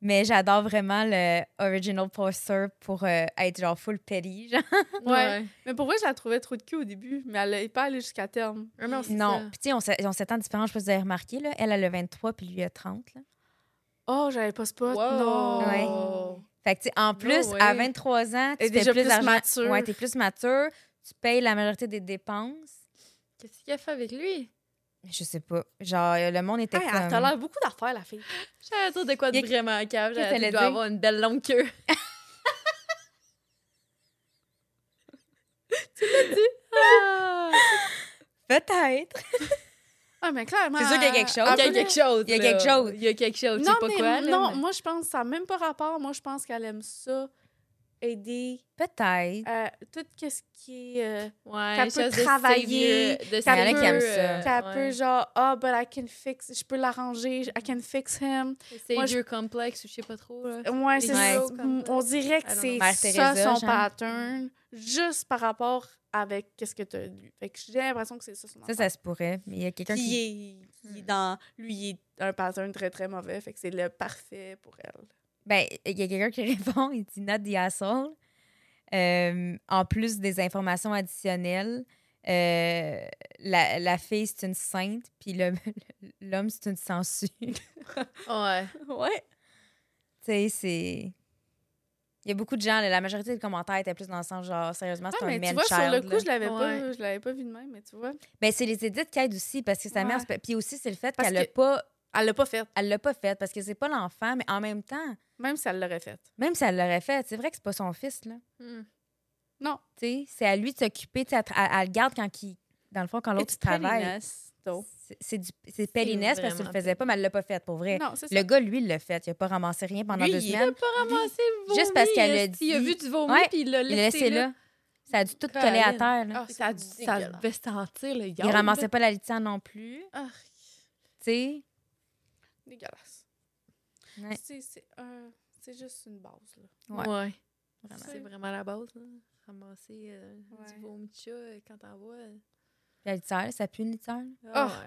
A: mais j'adore vraiment le original poster pour euh, être genre full petty. Genre.
B: Ouais. Mais pour vrai, je la trouvais trop de cul au début, mais elle n'est pas allée jusqu'à terme.
C: Ah non, c'est
A: Non,
C: ça.
A: puis tu sais, on s'est- on s'étend différents, je sais pas si vous avez remarqué, là. elle a le 23 puis lui a 30. là.
B: Oh, j'avais pas spot.
C: Wow.
B: Non.
A: Ouais. Fait que tu sais, en plus,
C: No
A: à
C: way.
A: 23 ans, tu
B: Oh, Elle est
A: fais
B: déjà
A: plus
B: plus
A: d'argent.
B: mature.
A: Ouais, t'es plus mature, tu payes la majorité des dépenses.
C: Qu'est-ce qu'il a fait avec lui?
A: Je sais pas. Genre, le monde était
B: Hey,
A: comme...
B: elle t'a l'air beaucoup d'affaires, la fille.
C: J'avais trop de quoi de
A: Il-
C: vraiment à cave.
A: Qu'est-ce qu'elle
C: J'avais
A: a
C: dit, doit
A: dit?
C: avoir une belle longue queue. Ah.
A: Peut-être.
B: Ah, mais clairement.
A: C'est sûr qu'il y a quelque chose.
B: elle
C: Il y a
B: voulait-
C: quelque chose.
A: Il y a
C: là.
A: quelque chose.
C: Il y a quelque chose.
B: Non,
C: je sais
B: mais
C: pas quoi. là,
B: non
C: mais-
B: moi, je pense que ça n'a même pas rapport. Moi, je pense qu'elle aime ça, aider
A: Peut-être.
B: à tout ce qui est. euh,
C: Ouais,
B: Qu'elle
C: chose
B: peut
C: de ses
B: travailler,
C: vieux-
B: qu'elle
C: de ses
A: peut-
C: vieux,
A: qui aime ça.
C: euh,
B: Qu'elle peut
C: ouais.
B: genre, ah, but I can fix, je peux l'arranger, I can fix him.
C: C'est
B: Moi, je-
C: vieux complexe ou je sais pas trop. Là.
B: Ouais, c'est
A: Ouais.
B: ça. Mm, On dirait que
C: I don't
B: c'est
C: know.
A: Mère
B: ça
A: Teresa,
B: son
A: genre.
B: pattern, juste par rapport avec qu'est-ce que tu as lu. Fait que j'ai l'impression que c'est ça son
A: Ça, ça se pourrait. Mais il y a quelqu'un
B: pattern.
A: qui.
B: Qui est, qui est dans, lui, il est un pattern très, très mauvais. Fait que c'est le parfait pour elle.
A: Ben, il y a quelqu'un qui répond, il dit Not the asshole. Euh, en plus des informations additionnelles, euh, la, la fille, c'est une sainte, puis le- l'homme, c'est une sangsue. tu
C: Ouais.
B: Ouais.
A: sais, c'est. Il y a beaucoup de gens, là, la majorité des commentaires étaient plus dans le sens genre, sérieusement, c'est un
B: Ah, mais tu
A: man
B: vois, sur le
A: child.
B: coup, je l'avais pas,
C: Ouais.
B: je l'avais pas vu de même, mais tu vois.
A: Ben, c'est les édites qui aident aussi, parce que sa mère.
B: Ouais.
A: c'est pas- Puis aussi, c'est le fait
B: Parce
A: qu'elle l'a
B: que-
A: pas.
B: Elle l'a pas faite,
A: Elle l'a pas faite, parce que c'est pas l'enfant, mais en même temps,
B: même si elle l'aurait faite.
A: même si elle l'aurait faite, c'est vrai que c'est pas son fils, là.
C: Hmm.
B: Non.
A: Tu sais, c'est à lui de s'occuper. tu sais, Elle, tra- elle- elle le garde quand il, dans le fond, quand l'autre il
B: It's
A: travaille.
B: pettiness, though.
A: C'est- C'est du- c'est pélinesse parce que tu le
C: vraiment
A: faisais pas, mais elle l'a pas fait pour vrai.
B: Non, c'est
A: Le
B: ça.
A: gars, lui, il l'a fait. Il a pas ramassé rien pendant
C: Lui,
A: deux
C: il
A: semaines.
C: a pas ramassé le vomi.
A: Juste parce qu'elle a
C: est-ce qu'il a
A: dit-
C: vu du vomi
A: Ouais.
C: puis il l'a
A: Il
C: laissé,
A: l'a laissé là. Ça a dû tout coller à
C: Colin.
A: terre. là.
C: Ah, ça, a dû- ça
B: dégueulasse.
C: devait sentir le
A: il ramassait pas la litière non plus.
B: Ah,
A: Tu sais,
B: dégueulasse.
A: Ouais.
B: C'est- C'est un- c'est juste une base, là.
A: Ouais.
C: Ouais.
A: vraiment.
C: C'est vraiment la base. Là. Ramasser euh,
B: Ouais.
C: du vomi de chat euh, quand t'en vois.
A: La litière, ça pue une litière.
C: Ah,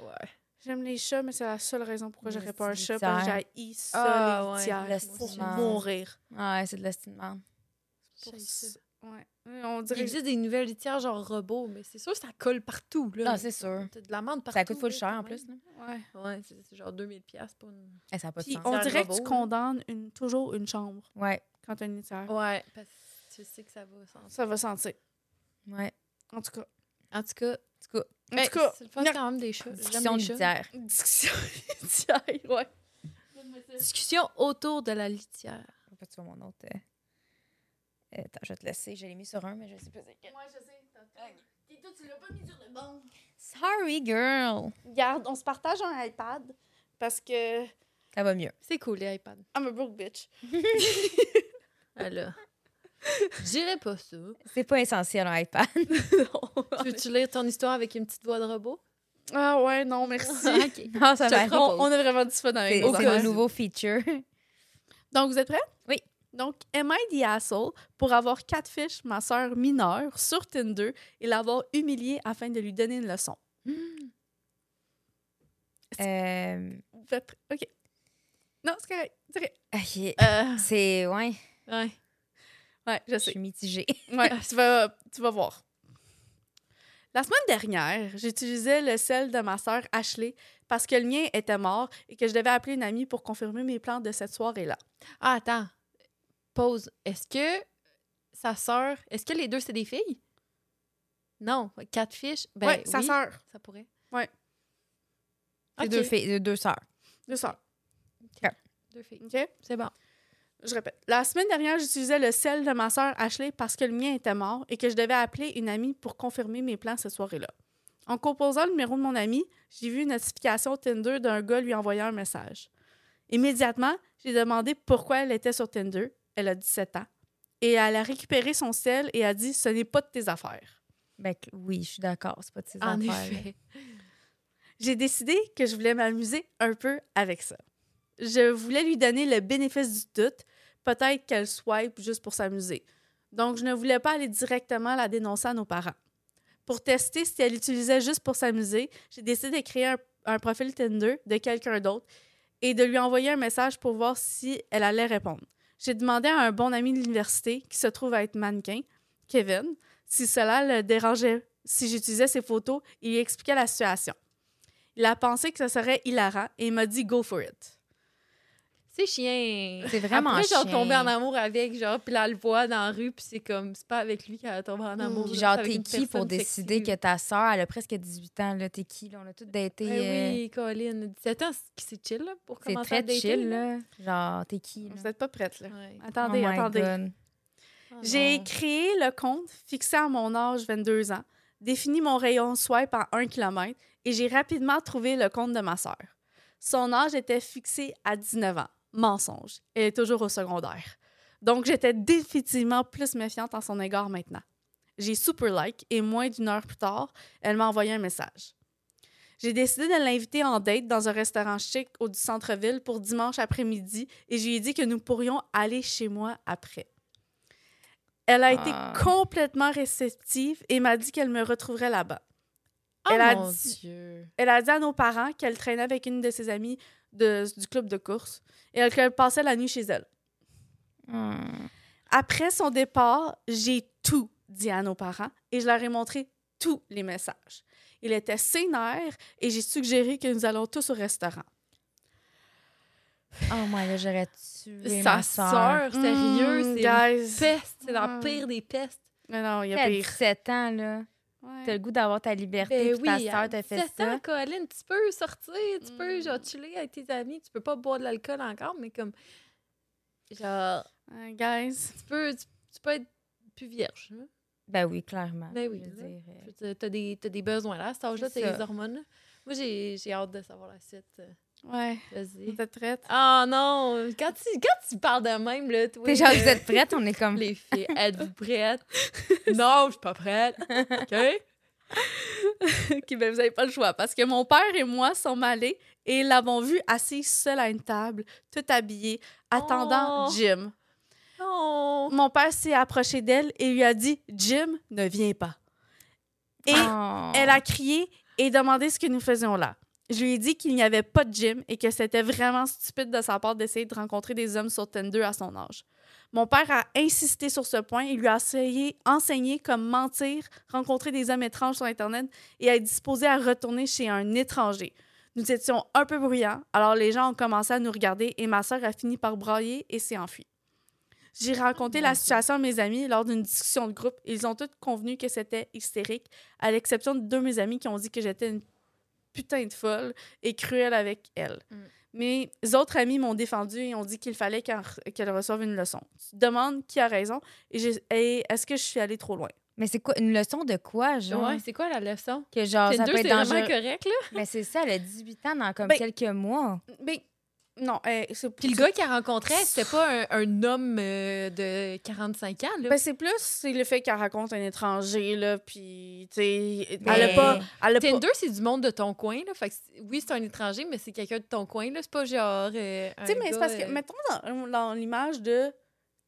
C: ouais. Ouais.
B: J'aime les chats, mais c'est la seule raison pourquoi
A: Les
B: j'aurais pas un
A: petites
B: chat, parce que
A: litières.
B: j'haïs ça,
C: Ah,
B: les
C: ouais,
B: litières,
A: le
B: pour
A: ciment.
B: mourir.
A: Ah, ouais, c'est de l'estimement.
B: Pour
C: J'ai
B: ça.
C: ça.
B: Ouais. On
C: Il
B: dirait
C: existe des nouvelles litières genre robots, mais c'est sûr que ça colle partout. Là.
A: Non, c'est sûr.
C: T'as de l'amande partout.
A: Ça coûte full
C: là,
A: cher
C: quand
A: en
C: même.
A: plus. là.
B: Ouais.
C: Ouais, c'est c'est genre 2000$ piastres pour une.
A: Eh, ça n'a pas de
B: Puis
A: sens.
B: on
C: C'est un
B: dirait que tu
C: robot, là.
B: condamnes une, toujours une chambre
A: Ouais,
B: quand t'as une litière.
A: Oh.
C: Ouais, parce que tu sais que ça va sentir.
B: Ça va sentir.
A: ouais.
B: En tout cas.
C: En tout cas,
A: En tout cas,
B: En
C: hey,
B: tout cas,
C: c'est le fun
B: nya-
C: quand même des chats.
A: discussion
C: J'aime
A: de
C: les chats.
A: litière.
B: discussion litière, ouais.
C: Discussion autour de la litière.
A: Après, tu vois mon autre. euh, euh, Attends, je vais te laisser. Je l'ai mis sur un, mais je sais pas c'est quel.
B: Moi, je sais. Toi, tu l'as pas mis sur le bon.
A: Sorry, girl.
B: Regarde, on se partage un iPad parce que.
A: Ça va mieux.
C: C'est cool, les iPads.
B: I'm a broke bitch.
C: Alors. Ah, Je dirais pas ça.
A: C'est pas essentiel un iPad.
C: Tu Veux-tu lire ton histoire avec une petite voix de robot?
B: ah ouais, non, merci.
C: ok.
A: Non, ça
C: Je te
A: va.
C: propose.
B: On, on est vraiment du fun
A: C'est
B: avec
A: c'est
B: nos
A: mon
B: enfants.
A: nouveau feature.
B: Donc, vous êtes prêts?
A: Oui.
B: Donc, Am I the asshole pour avoir catfish ma sœur mineure sur Tinder et l'avoir humiliée afin de lui donner une leçon?
A: Euh,
B: Vous êtes prêts? OK. Non, c'est correct. C'est correct.
A: ok.
B: Euh,
A: C'est. Ouais,
C: Ouais.
B: ouais, je
A: je
B: sais.
A: suis mitigée.
B: Ouais, Ah, tu vas, tu vas voir. La semaine dernière, j'utilisais le sel de ma sœur Ashley parce que le mien était mort et que je devais appeler une amie pour confirmer mes plans de cette soirée-là.
C: Ah, attends. Pause. Est-ce que sa sœur. Est-ce que les deux, c'est des filles? Non. Quatre fiches. Ben,
B: ouais, sa
C: oui,
B: sœur.
C: Ça pourrait.
B: Ouais.
A: C'est
C: Ok.
A: deux, filles- deux sœurs.
B: Deux sœurs.
A: Ok.
C: Deux filles.
B: OK?
C: C'est bon.
B: Je répète. La semaine dernière, j'utilisais le sel de ma sœur Ashley parce que le mien était mort et que je devais appeler une amie pour confirmer mes plans cette soirée-là. En composant le numéro de mon amie, j'ai vu une notification Tinder d'un gars lui envoyant un message. Immédiatement, j'ai demandé pourquoi elle était sur Tinder. Elle a 17 ans. Et elle a récupéré son sel et a dit Ce n'est pas de tes affaires.
A: Ben que- oui, je suis d'accord, c'est pas de ses
C: En
A: affaires, là.
C: effet.
B: J'ai décidé que je voulais m'amuser un peu avec ça. Je voulais lui donner le bénéfice du doute, peut-être qu'elle swipe juste pour s'amuser. Donc, je ne voulais pas aller directement la dénoncer à nos parents. Pour tester si elle utilisait juste pour s'amuser, j'ai décidé de créer un, un profil Tinder de quelqu'un d'autre et de lui envoyer un message pour voir si elle allait répondre. J'ai demandé à un bon ami de l'université qui se trouve à être mannequin, Kevin, si cela le dérangeait, si j'utilisais ses photos et lui expliquais la situation. Il a pensé que ce serait hilarant et il m'a dit go for it.
C: C'est chien.
A: C'est vraiment
C: Après, genre,
A: chien.
C: tomber en amour avec, genre, puis là, elle le voit dans la rue, puis c'est comme, c'est pas avec lui qu'elle tombe en amour.
A: Puis
C: là, c'est
A: Mmh, genre,
C: avec
A: t'es
C: une
A: qui pour
C: personne
A: décider
C: sexy.
A: que ta sœur, elle a presque 18 ans, là, t'es qui? Là, on a tous daté.
C: Ben
A: euh,
C: oui, Colin, 17 ans, c'est- c'est chill, là, pour
A: c'est
C: commencer
A: très
C: à dater,
A: chill, là. Genre, t'es qui? là?
B: Vous n'êtes pas prête, là. Oh
C: Ouais.
B: Attendez,
A: Oh my
B: attendez.
A: God.
C: Ah
B: J'ai
C: non.
B: créé le compte fixé à mon âge 22 ans, défini mon rayon swipe en 1 km et j'ai rapidement trouvé le compte de ma sœur. Son âge était fixé à 19 ans. Mensonge. Elle est toujours au secondaire. Donc j'étais définitivement plus méfiante en son égard maintenant. J'ai super like et moins d'une heure plus tard, elle m'a envoyé un message. J'ai décidé de l'inviter en date dans un restaurant chic au du centre-ville pour dimanche après-midi et je lui ai dit que nous pourrions aller chez moi après. Elle a
A: Ah.
B: été complètement réceptive et m'a dit qu'elle me retrouverait là-bas.
C: Oh
B: Elle a
C: mon
B: dit-
C: Dieu.
B: Elle a dit à nos parents qu'elle traînait avec une de ses amies de- du club de course et qu'elle passait la nuit chez elle.
A: Hmm.
B: Après son départ, j'ai tout dit à nos parents et je leur ai montré tous les messages. Il était sénère et j'ai suggéré que nous allons tous au restaurant.
A: Oh my god, j'aurais tué
C: Sa
A: ma Mmh, sœur.
C: sœur, sérieux,
B: Mm,
C: c'est
B: guys.
C: peste, c'est la
A: Mmh.
B: Mm.
C: pire des pestes.
B: Mais non, il y a
A: T'as
B: pire.
A: 17 ans, là.
B: Ouais.
A: T'as le goût d'avoir ta liberté,
C: Ben
A: puis ta
C: oui,
A: sœur
C: à
A: t'a fait
C: 17
A: ça. Mmh.
C: ans, Colin, tu peux sortir, tu peux
B: Mm.
C: genre chiller avec tes amis, tu peux pas boire de l'alcool encore, mais comme genre
B: Ouais, Hein, guys.
C: tu peux tu, tu peux être plus vierge. hein.
A: Ben oui, clairement.
C: Ben oui,
A: je veux
C: là.
A: dire,
C: Je
A: euh,
C: veux dire, T'as des t'as des besoins là, à cet âge-là,
A: C'est
C: t'as
A: ça.
C: des hormones. là. Moi j'ai j'ai hâte de savoir la suite. euh,
B: Ouais,
C: Vas-y.
B: t'es traite.
C: Ah non, quand tu quand tu parles de même là, toi,
A: T'es genre,
C: euh,
A: vous êtes prêtes? On est comme.
C: les filles, êtes-vous prêtes Non, je suis pas prête. OK
B: OK, ben vous n'avez pas le choix parce que mon père et moi sommes allés et l'avons vu assise seule à une table, tout habillée, attendant
C: Oh.
B: Jim.
C: Non.
B: Mon père s'est approché d'elle et lui a dit Jim, ne viens pas. Et
A: Oh.
B: Elle a crié et demandé ce que nous faisions là. Je lui ai dit qu'il n'y avait pas de gym et que c'était vraiment stupide de sa part d'essayer de rencontrer des hommes sur Tinder à son âge. Mon père a insisté sur ce point et lui a essayé, enseigné comme mentir, rencontrer des hommes étranges sur Internet et être disposé à retourner chez un étranger. Nous étions un peu bruyants, alors les gens ont commencé à nous regarder et ma sœur a fini par brailler et s'est enfuie. J'ai raconté
C: mon
B: la
C: Dieu.
B: situation à mes amis lors d'une discussion de groupe. Ils ont tous convenu que c'était hystérique à l'exception de deux de mes amis qui ont dit que j'étais une putain de folle et cruelle avec elle.
C: Mm.
B: Mes autres amis m'ont défendu et ont dit qu'il fallait qu'elle qu'elle reçoive une leçon. Tu te demandes qui a raison et, j'ai- et est-ce que je suis allée trop loin?
A: Mais c'est quoi? Une leçon de quoi, genre?
C: Ouais, Ah, c'est quoi la leçon
A: Que genre, ça
C: Tinder,
A: peut
C: c'est
A: être
C: vraiment
A: dangereux.
C: correct, là.
A: Mais c'est ça, elle a 18 ans dans comme
B: Ben-
A: quelques mois.
B: Mais non, euh, c'est
C: Puis le gars qu'elle rencontrait, c'était pas un, un homme euh, de 45 ans, là.
B: Ben, c'est plus c'est le fait qu'elle raconte un étranger, là, puis, tu sais, elle
A: Mais-
B: a pas... Elle a pas-
C: Tinder, c'est du monde de ton coin, là. Fait que c'est- oui, c'est un étranger, mais c'est quelqu'un de ton coin, là. C'est pas genre. euh, un
B: Tu sais, mais c'est
C: gars,
B: parce que,
C: euh,
B: mettons dans, dans l'image de,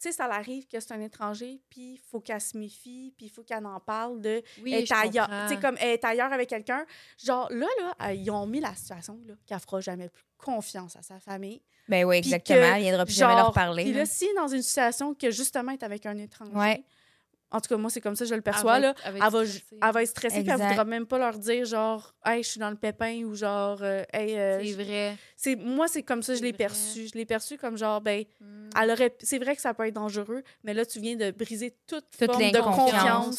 B: tu sais, ça l'arrive que c'est un étranger, puis il faut qu'elle se méfie, puis il faut qu'elle en parle de...
C: oui,
B: elle est
C: je
B: ailleurs.
C: comprends.
B: Tu sais, comme elle est ailleurs avec quelqu'un. Genre, là, là, euh, ils ont mis la situation là, qu'elle fera jamais plus confiance à sa famille.
A: Ben oui,
B: Puis
A: exactement.
B: que,
A: elle viendra plus
B: genre,
A: jamais leur
C: Ben
A: parler.
B: Puis
A: là.
B: là, si dans une situation que justement elle est avec un étranger,
A: Ouais.
B: en tout cas, moi, c'est comme ça que je le
C: Elle
B: perçois,
C: va
B: là.
C: être- elle va
B: Elle
C: être
B: va,
C: stressée.
B: elle va être stressée, puis elle
A: Exact.
B: voudra même pas leur dire, genre, hey, je suis dans le pépin ou genre, euh, hey, euh,
C: C'est
B: je-
C: vrai.
B: c'est moi, c'est comme ça que je
C: C'est
B: l'ai
C: vrai.
B: perçu. Je l'ai perçu comme genre, ben,
C: Mm.
B: elle aurait. C'est vrai que ça peut être dangereux, mais là, tu viens de briser toute,
A: Toute
B: forme de
A: l'inconfiance.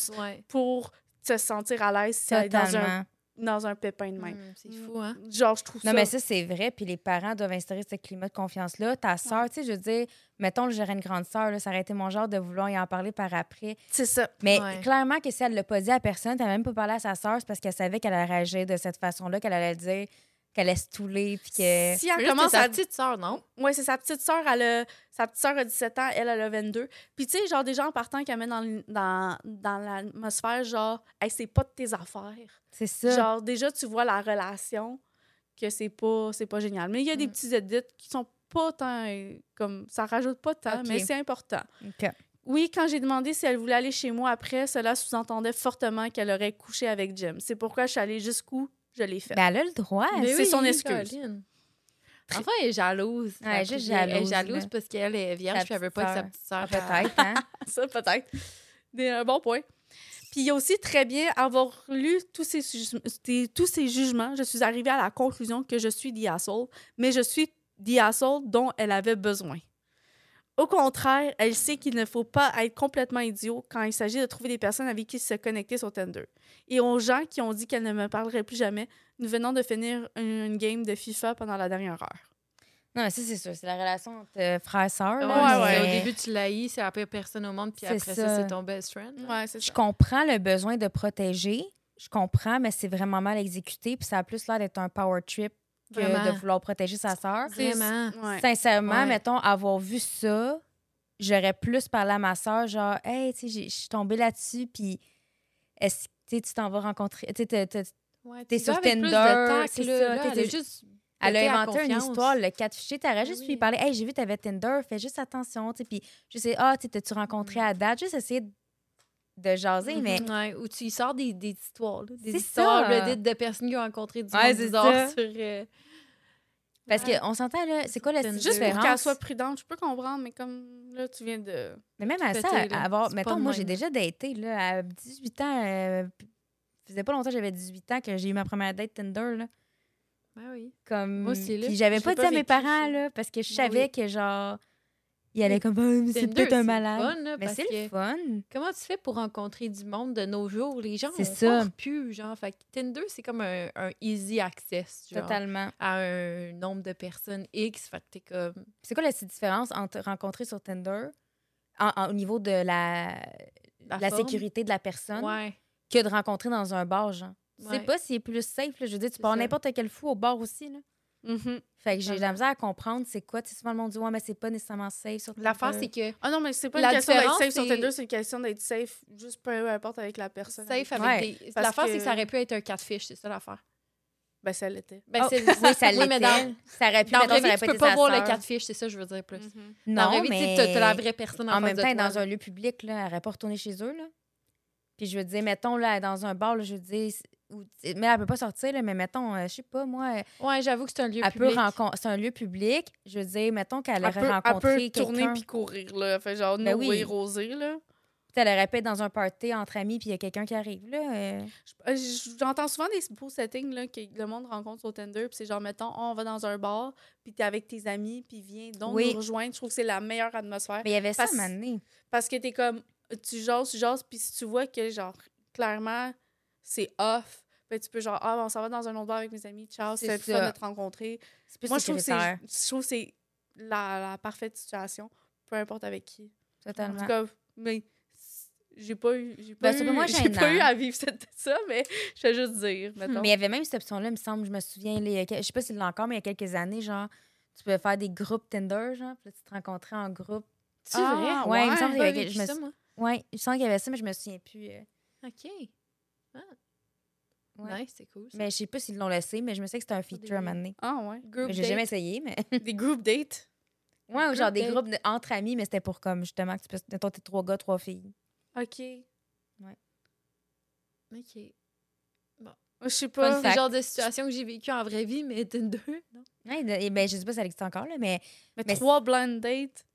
B: confiance
C: Ouais.
B: pour se sentir à l'aise si elle est dans un
A: Totalement.
B: dans un pépin
A: Mm,
B: de même.
C: c'est fou, hein?
B: Genre, je trouve
A: Non,
B: ça.
A: mais ça, c'est vrai. Puis les parents doivent instaurer ce climat de confiance-là. Ta sœur, tu sais, je veux dire, mettons, j'aurais une grande sœur, là, ça aurait été mon genre de vouloir y en parler par après.
B: C'est ça.
A: Mais
C: Ouais.
A: clairement que si elle l'a pas dit à personne, t'as même pas parlé à sa sœur, c'est parce qu'elle savait qu'elle allait réagir de cette façon-là, qu'elle allait dire qu'elle allait se touler, puis que...
B: Si elle
C: Juste,
B: commence
C: c'est sa
B: à
C: petite sœur, non?
B: Oui, c'est sa petite sœur, elle a, sa petite sœur a 17 ans, elle, elle a 22. Puis tu sais, genre des gens en partant qui met dans, l- dans, dans l'atmosphère, genre, hey, c'est pas de tes affaires.
A: C'est ça.
B: Genre, déjà, tu vois la relation que c'est pas, c'est pas génial. Mais il y a des
C: Mm.
B: petits edits qui sont pas tant, euh, comme, ça rajoute pas tant,
A: Ok.
B: mais c'est important.
A: Ok. Ben,
B: Oui, quand j'ai demandé si elle voulait aller chez moi après, cela sous-entendait fortement qu'elle aurait couché avec Jim. C'est pourquoi je suis allée jusqu'où je l'ai fait.
A: Ben, elle a le droit.
B: Mais
A: elle.
B: c'est son excuse.
C: Caroline. Enfin, elle est jalouse.
A: Ouais,
C: la
A: juste
C: petite vieille. Elle est
A: jalouse, là.
C: jalouse parce qu'elle est vierge
A: Sa
C: puis elle veut
A: petite
C: pas que sa
A: sœur.
C: petite sœur...
A: Ah, Peut-être, hein?
B: Ça, peut-être. C'est un bon point. Puis il y a aussi très bien avoir lu tous ces, juge- des- tous ces jugements. Je suis arrivée à la conclusion que je suis The Asshole, mais je suis The Asshole dont elle avait besoin. Au contraire, elle sait qu'il ne faut pas être complètement idiot quand il s'agit de trouver des personnes avec qui se connecter sur Tinder. Et aux gens qui ont dit qu'elle ne me parlerait plus jamais, nous venons de finir une, une game de FIFA pendant la dernière heure.
A: Non, mais ça, c'est sûr. C'est la relation entre euh, frère-sœur.
C: Ah, Ouais,
A: là,
C: ouais,
A: mais-
C: Au début, tu l'haïs, c'est la pire personne au monde, puis
A: C'est
C: après ça,
A: ça.
C: c'est ton best friend. là.
B: Ouais, c'est
A: Je comprends le besoin de protéger. Je comprends, mais c'est vraiment mal exécuté. Puis ça a plus l'air d'être un power trip que
C: Vraiment.
A: de vouloir protéger sa sœur.
C: Vraiment.
B: Ouais.
A: Sincèrement,
C: Ouais.
A: mettons, avoir vu ça, j'aurais plus parlé à ma sœur, genre, hey, tu sais, j'ai- je suis tombée là-dessus, puis est-ce que tu sais, tu t'en vas rencontrer. Tu sais, t'as- t'as-
C: Ouais,
A: T'es
C: tu
A: sur
C: vas avec plus de
A: Tinder,
C: tact,
A: c'est
C: là.
A: ça,
C: Là,
A: t'es-
C: elle a
A: t'es-
C: juste
A: Elle
C: pété
A: a
C: la
A: inventé une
C: confiance.
A: histoire, le quatre fichiers. T'aurais juste
C: Oui.
A: pu lui parler, hey, j'ai vu, t'avais Tinder, fais juste attention, tu sais, puis je sais, ah, tu sais, t'as-tu rencontré à date? Juste essayer de- de
C: Mm-hmm.
A: jaser, mais.
C: Ouais, où tu y sors des, des histoires, là, des
A: C'est
C: histoires
A: ça.
C: Reddit de personnes qui ont rencontré du
A: Ouais,
C: monde
A: c'est
C: bizarre
A: ça.
C: sur. euh,
A: Parce
C: Mm-hmm. Ouais.
A: qu'on s'entend, là, c'est quoi la
C: Juste
B: Juste pour
A: différence?
B: qu'elle soit prudente, je peux comprendre, mais comme là, tu viens de.
A: Mais même à
C: Tout
A: ça,
C: pété, là.
A: à avoir.
C: C'est pas
A: Mettons,
C: de
A: moi,
C: même.
A: j'ai déjà daté, là, à 18 ans. euh, p- faisait pas longtemps que j'avais 18 ans que j'ai eu ma première date Tinder, là.
C: ouais, oui.
A: Comme.
C: Moi aussi, là.
A: Puis j'avais
B: J'ai
A: pas dit
B: pas
A: à mes
B: vécu
A: parents,
B: ça.
A: là, parce que je
C: Ben Oui.
A: savais que, genre, il allait comme. Ah, mais c'est
C: Tinder,
A: peut-être
C: le
A: un malade.
C: fun, là,
A: Mais
C: parce
A: c'est
C: que
A: le fun.
C: Comment tu fais pour rencontrer du monde de nos jours? Les gens,
A: C'est
C: on
A: ça.
C: sort plus, genre. Fait que Tinder, c'est comme un, un easy access, genre,
A: Totalement.
C: à un nombre de personnes X. Fait que t'es comme...
A: C'est quoi la petite différence entre rencontrer sur Tinder en- en- au niveau de la, la
C: forme.
A: sécurité hein? de la personne
C: Ouais.
A: que de rencontrer dans un bar, genre? Tu sais
C: Ouais.
A: pas s'il est plus safe, là. Je veux dire, tu
C: C'est
A: peux avoir
C: ça.
A: n'importe quel fou au bar aussi, là.
B: Mm-hmm.
A: Fait que j'ai de la
C: Totalement.
A: misère à comprendre c'est quoi. Tu sais, souvent le monde dit, ouais, mais c'est pas nécessairement safe sur
C: L'affaire, c'est
A: Tinder.
C: que
B: Ah non, mais c'est pas
C: La
B: une question d'être
C: différence,
B: safe sur
C: c'est-
B: Tinder, c'est une question d'être safe, juste peu importe avec la personne. avec-
C: safe avec
A: Ouais,
C: des...
B: parce
C: L'affaire, c'est que ça
B: que-
C: aurait pu être un catfish, c'est ça l'affaire.
B: Ben, ça l'était.
C: Ben,
A: Oh,
C: c'est-
A: Oui, ça
C: Ouais,
A: l'était.
C: mais dans-
A: Ça aurait pu, mettons,
C: Dans la
A: ça aurait
C: vie,
A: pas
C: tu peux
A: été
C: pas
A: sa
C: voir le
A: sœur. Mm.
C: catfish, c'est ça que je veux dire plus.
A: Non,
C: Dans la vie, tu
A: mais
C: sais, t'as t'as la vraie personne en,
A: en même temps, elle est dans
C: un...
A: un lieu public, là, elle aurait pas retourné chez eux, là. Puis je veux dire, mettons, là, dans un bar, là, je veux dire... c'est- ou- Mais elle peut pas sortir, là, mais mettons, euh, je sais pas, moi, elle
C: Ouais, j'avoue que c'est un lieu
A: peut
C: public.
A: rencontrer... C'est un lieu public. Je veux dire, mettons qu'elle
B: Elle
A: aurait
B: peut, elle
A: rencontré
B: peut tourner
A: quelqu'un.
B: puis courir, là. Fait genre,
A: Ben
B: no
A: oui.
B: way, Rosé, là.
A: Puis elle aurait pu être dans un party entre amis, puis il y a quelqu'un qui arrive, là. euh.
B: Je- je- J'entends souvent des beaux settings, là, que le monde rencontre sur Tinder, puis c'est genre, mettons, oh, on va dans un bar, puis t'es avec tes amis, puis viens donc
A: Oui.
B: nous rejoindre. Je trouve que c'est la meilleure atmosphère.
A: Mais il y avait ça, à
B: Parce-
A: un moment donné.
B: Parce que t'es comme, tu jases, tu jases, puis si tu vois que, genre, clairement, c'est off, ben tu peux genre, ah, ben, on s'en va dans un autre bar avec mes amis, ciao,
A: C'est
B: c'est le
A: ça.
B: fun de te rencontrer.
A: C'est plus
B: Moi, je trouve que c'est,
A: sécuritaire.
B: je trouve que c'est la, la parfaite situation, peu importe avec qui. En
A: Totalement.
B: tout cas, mais j'ai pas eu, j'ai pas,
A: Ben, c'est
B: eu,
A: pas moins
B: j'ai pas
A: gênant.
B: eu à vivre cette- ça, mais je vais juste dire, mettons.
A: Mais il y avait même cette option-là, il me semble, je me souviens, là, il y a quel- je sais pas s'il l'a encore, mais il y a quelques années, genre, tu pouvais faire des groupes Tinder, genre, puis là, tu te rencontrais en groupe.
C: C'est vrai?
B: Ah,
A: ouais, il me semble
C: J'ai
A: qu'il y
C: pas
A: avait quelque-
C: vécu
A: je me
C: ça,
A: sou-
C: moi.
A: Ouais, je sens qu'il y avait ça, mais je me souviens plus. euh,
C: OK. Ah.
A: Ouais.
C: Nice, c'est cool. ça.
A: Mais je sais pas s'ils l'ont laissé, mais je me sais que c'était un feature à un moment donné.
B: Ah ouais.
C: Group
A: Mais J'ai
C: date.
A: jamais essayé, mais.
B: Des group dates.
A: Ouais, ou genre des
C: date.
A: groupes de- entre amis, mais c'était pour comme justement que tu peux. Mettons, t'es trois gars, trois filles.
B: OK.
C: OK.
B: Je sais
A: Fun
B: pas.
A: fact.
C: C'est le genre de situation que j'ai vécu en vraie vie, mais Tinder, non?
A: Ouais, de- et ben, je sais pas si ça existe encore, là, mais.
B: Mais,
A: Mais-
B: trois blind dates.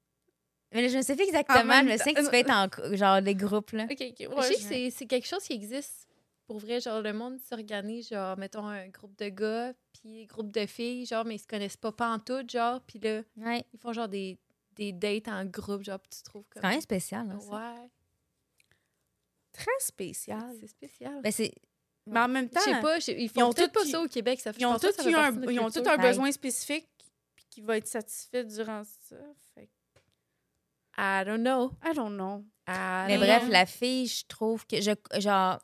A: Mais là, je ne sais plus exactement,
B: même
A: je me sais que tu peux être en cou- genre des groupes, là.
B: OK, OK.
C: je
B: Ouais,
C: sais que c'est- c'est quelque chose qui existe. Pour vrai, genre, le monde s'organise, genre, mettons, un groupe de gars, puis un groupe de filles, genre, mais ils se connaissent pas, pas en tout, genre, puis là,
A: Ouais.
C: ils font, genre, des, des dates en groupe, genre, puis tu trouves
A: C'est
C: comme...
A: quand même spécial, hein, ça.
C: Ouais,
B: très spécial.
C: c'est spécial.
A: Ben, c'est.
B: Mais en même temps,
C: Je sais pas, je- ils
B: Ils
C: font
B: ont
C: peut-être
B: tous
C: pas
B: eu-
C: ça au Québec. Ça, je
B: ils ont
C: pense pas que
B: tous
C: ça fait
B: eu
C: partie
B: un,
C: de notre
B: ils ont tous
C: culture.
B: un
A: culture.
B: besoin spécifique qui va être satisfait durant ça. Fait que,
C: I don't know.
B: I don't know.
C: I
A: Mais
C: don't
A: bref,
C: know.
A: la fille, je trouve que je genre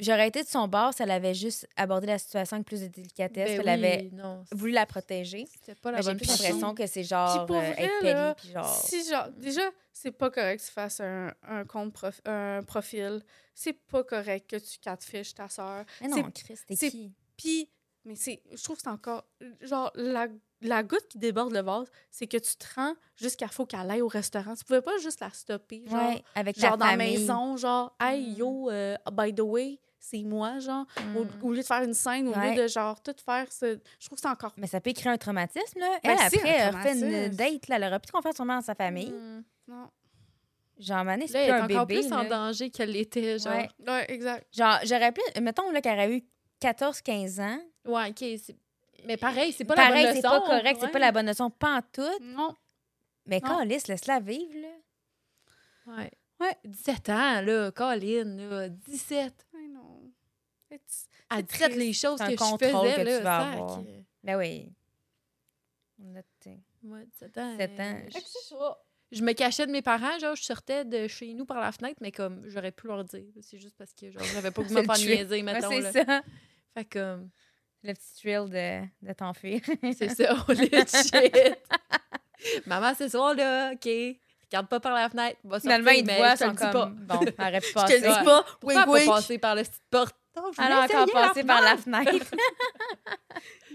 A: j'aurais été de son bord si elle avait juste abordé la situation avec plus de délicatesse,
C: Ben
A: puis elle avait
C: oui, non,
A: voulu la protéger.
C: C'était pas la
A: Mais J'ai
C: bonne
A: plus
B: façon.
A: l'impression que c'est genre
B: Puis pour
A: euh,
B: vrai,
A: être
B: là,
A: poli puis genre
B: Si genre, déjà, c'est pas correct que tu fasses un, un compte prof- un profil. C'est pas correct que tu catfish ta sœur.
A: Mais
B: c'est-
A: non, Chris, t'es
B: c'est-
A: qui
B: Puis, mais c'est, je trouve que c'est encore, genre, la, la goutte qui déborde le vase, c'est que tu te rends jusqu'à faut qu'elle aille au restaurant. Tu pouvais pas juste la stopper, genre,
A: Ouais, avec
B: genre
A: ta
B: dans la
A: famille.
B: maison, genre, hey
C: Mm.
B: yo, euh, by the way, c'est moi, genre.
A: Hmm.
C: Mm.
B: Au, au lieu de faire une scène, au
A: Ouais.
B: lieu de genre tout faire, c'est- je trouve que c'est encore.
A: Mais ça peut créer un traumatisme là.
B: Ben,
A: elle
B: c'est
A: après
B: un
A: elle refait une
B: traumatisme.
A: date là, elle aurait plus confiance sûrement dans sa famille.
C: Mm.
B: Non.
A: Genre Mané,
C: Là,
A: c'est
C: elle
A: plus
C: est
A: un
C: encore
A: bébé.
C: plus en
A: là.
C: danger qu'elle l'était, genre.
A: Ouais.
C: Ouais,
B: Ouais, exact.
A: Genre j'aurais plus mettons là qu'elle aurait eu 14 15 ans.
C: OK. c'est- Mais pareil, c'est pas
A: Pareil,
C: la bonne
A: c'est
C: leçon.
A: pas correct, c'est
C: ouais.
A: pas la bonne leçon pas en tout.
B: Non.
A: Mais
B: Non.
A: quand laisse-la vivre là.
C: Ouais. Ouais, 17 ans, là, Colin, là, 17.
B: I know. It's-
C: Elle
B: C'est
C: traite
B: triste.
C: les choses
A: C'est
C: que
A: un
C: je
A: contrôle
C: faisais,
A: que
C: là,
A: tu vas
C: sac.
A: avoir. Ben oui. On a t-
C: Moi, 17 ans.
A: 17 ans.
C: euh, Je, je me cachais de mes parents, genre, je sortais de chez nous par la fenêtre, mais comme, j'aurais pu leur dire. C'est juste parce que, genre, j'avais pas que
A: C'est
C: me
A: le
C: faire
A: trick.
C: niaiser,
A: Ouais,
C: mettons, là.
A: c'est ça.
C: Fait que, euh,
A: Le petit thrill de, de t'enfuir.
C: c'est ça, holy shit. Maman, ce soir, là, OK, regarde pas par la fenêtre, va sortir,
A: Finalement, ils te
C: mais
A: voient,
C: je te le
A: sont
C: dis
A: comme...
C: pas.
A: Bon, on aurait pu
C: Je te le
A: passer.
C: dis
A: Ouais.
C: pas.
B: Wink,
C: Pourquoi
B: wink.
C: pas passer par la petite porte? Non, je voulais
A: Alors, encore
C: essayer la
A: passer par la fenêtre.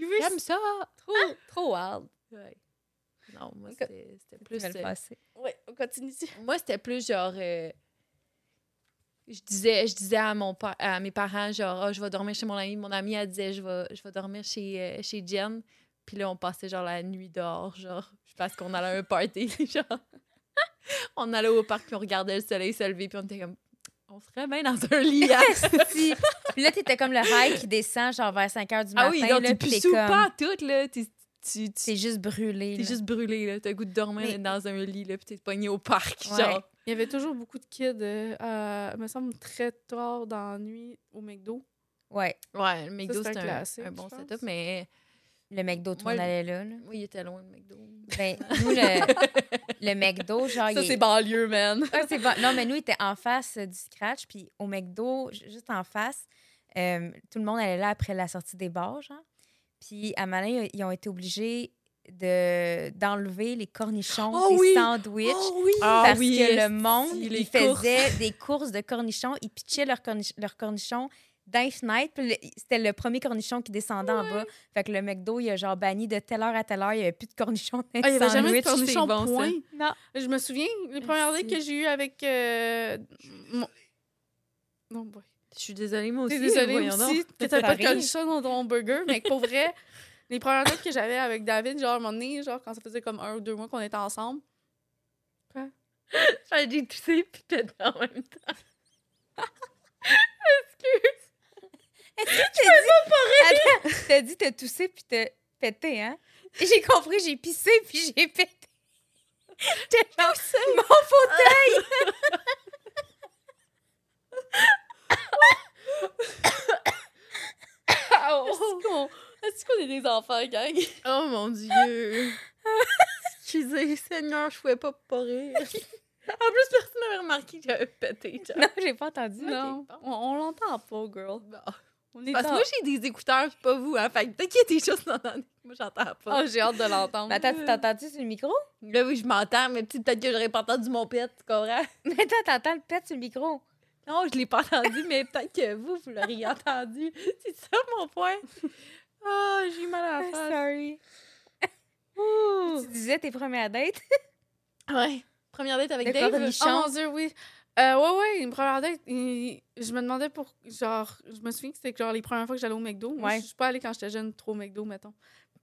B: Oui,
C: J'aime ça.
B: Trop, trop wild.
C: Ouais. Non, moi,
B: Ok.
C: c'était c'était
A: Tu
C: plus.
A: vas le
C: euh,
A: passer.
B: Oui, on continue ici.
C: moi, c'était plus genre. euh, je disais, je disais à, mon pa- à mes parents, genre, Ah, je vais dormir chez mon ami. Mon ami, elle disait, je vais, je vais dormir chez, euh, chez Jen. Puis là, on passait genre la nuit dehors, genre, parce qu'on allait à un party, genre. on allait au parc, puis on regardait le soleil se lever, puis on était comme, on serait bien dans un lit. hein.
A: Si. Puis là, t'étais comme le rail qui descend genre vers 5 h du matin.
C: ah oui, donc
A: là,
C: t'es
A: puis
C: plus
A: t'es
C: sous
A: comme-
C: pas en tout, là. T'es tu- tu-
A: T'es juste brûlé.
C: t'es
A: là.
C: juste brûlé, là. T'as le goût de dormir
A: Mais-
C: dans un lit, là, puis t'es pogné au parc,
A: Ouais.
C: genre.
B: Il y avait toujours beaucoup de kids, euh, euh, me semble, très tard dans la nuit au McDo.
A: Ouais.
C: Ouais, le McDo,
B: c'est un
C: c'est un,
B: classique,
C: un bon
B: je pense.
C: setup, mais
A: Le McDo, tout le
C: Moi,
A: monde
C: le-
A: allait là. là.
C: moi, il était loin, le McDo.
A: Ben, nous, le, le McDo,
C: Ah,
A: genre... il est-
C: banlieue, man.
A: Ouais, Ah, c'est bon. Non, mais nous, il était en face euh, du scratch, puis au McDo, ju- juste en face, euh, tout le monde allait là après la sortie des bars, genre. Puis à Malin, ils- ils ont été obligés de d'enlever les cornichons
C: Oh
A: des
C: oui! Oh!
A: sandwichs
C: Ah oui!
A: parce que le monde,
C: esti,
A: il
C: les
A: faisait des courses de cornichons, ils pitchaient leurs corni- leurs cornichons dans les fenêtres, puis le- c'était le premier cornichon qui descendait en bas. Fait que le McDo, il a genre banni de telle heure à telle heure, il n'y avait plus de cornichons dans les
B: Ah, il n'y avait jamais
A: sandwichs.
B: de cornichon
C: bon, ça. Ah,
B: point.
A: Non.
B: Je me souviens, les premières dates que j'ai eues avec euh, mon... Non, boy.
C: Je suis désolée, moi
B: T'es
C: aussi.
B: désolée
C: voyons donc.
B: aussi que t'avais
A: Ça
B: pas de
A: arrive.
B: cornichon dans ton burger, mais que pour vrai, les premières dates que j'avais avec David, genre, à un moment donné, genre, quand ça faisait comme un ou deux mois qu'on était ensemble,
C: J'ai dit tousser, puis peut-être en même temps.
A: Attends, t'as dit t'as toussé puis t'as pété, hein? J'ai compris, j'ai pissé puis j'ai pété. J'étais genre, Mon fauteuil!
B: est-ce qu'on Ah, oh! est-ce qu'on est des enfants, gang?
C: Oh mon Dieu! Excusez, Seigneur, je pouvais pas pas rire. en plus, personne n'avait remarqué que j'avais pété. genre.
A: Non, j'ai pas entendu.
B: Non,
C: bon.
B: on, on l'entend pas, girl.
C: Bon.
B: On est
C: Parce que
B: en-
C: moi, j'ai des écouteurs, puis pas vous. Hein. Fait que peut-être qu'il y a des choses dans Moi, j'entends pas.
B: Ah, j'ai hâte de l'entendre.
A: Mais attends, tu t'entends-tu sur le micro?
C: Là, oui, je m'entends, mais petit, peut-être que j'aurais pas entendu mon pet, tu comprends?
A: Mais attends, t'entends le pète sur le micro.
C: Non, je l'ai pas entendu, mais peut-être que vous, vous l'auriez entendu. C'est ça mon point. Ah, j'ai eu mal à la
A: Ah,
C: face.
A: sorry.
C: Ouh.
A: Tu disais tes premières dates.
C: Ouais. Première date avec
A: Le
C: Dave.
A: cornichon.
B: Oh mon dieu, oui. Euh, ouais, ouais, une première date. il- Je me demandais pour. Genre, je me souviens que c'était genre les premières fois que j'allais au McDo. Moi,
A: Ouais.
B: je suis pas allée quand j'étais jeune trop au McDo, mettons.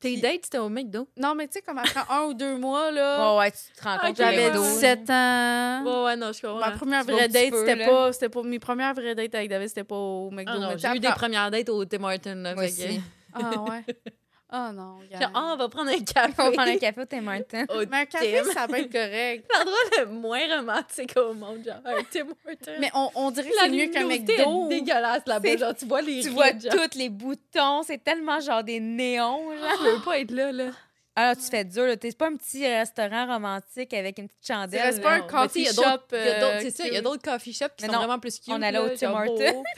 C: Tes
B: Puis-
C: dates, c'était au McDo.
B: Non, mais tu sais, comme après un ou deux mois, là.
A: ouais, tu te rends
C: compte que
B: j'avais
C: McDo, là.
B: 17 ans.
C: Ouais, ouais, non, je comprends.
B: Ma première
C: Tu vas un
B: vraie
C: petit
B: date,
C: peu,
B: c'était
C: là.
B: pas, c'était pas. Mes premières vraies dates avec David, c'était pas au McDo.
C: Ah non,
B: mais
C: j'ai eu des
B: après-
C: premières dates au Tim Hortons. là,
A: Moi
C: fait que-
A: aussi.
B: Ah ouais. Oh non,
C: Genre,
B: regarde.
C: Ah, on va prendre un café.
A: On va prendre un café au Tim Martin.
C: Au
B: Mais un café,
C: Tim.
B: ça va être correct.
C: L'endroit le moins romantique au monde, genre un Tim Hortons.
B: Mais on, on dirait que
C: la
B: c'est mieux qu'un
C: luminosité est
B: McDo.
C: dégueulasse là-bas.
A: C'est-
C: Genre, tu vois les
A: Tu
C: rides,
A: vois
C: genre.
A: tous les boutons, c'est tellement genre des néons. Genre.
C: Je veux pas être là, là.
A: Ah, tu fais dur, là. T'es- C'est pas un petit euh, restaurant romantique avec une petite
B: Tu
A: chandelle.
B: restes pas un
A: là.
C: Mais tu sais,
B: coffee
C: il y a
B: shop.
C: d'autres- il y a d'autres-
B: euh,
C: C'est ça, il y a
B: cute.
C: d'autres coffee shops qui
A: Mais
C: sont
A: non,
C: vraiment plus cute.
A: on allait au
C: là,
A: Tim
C: genre
A: Hortons.
C: beau.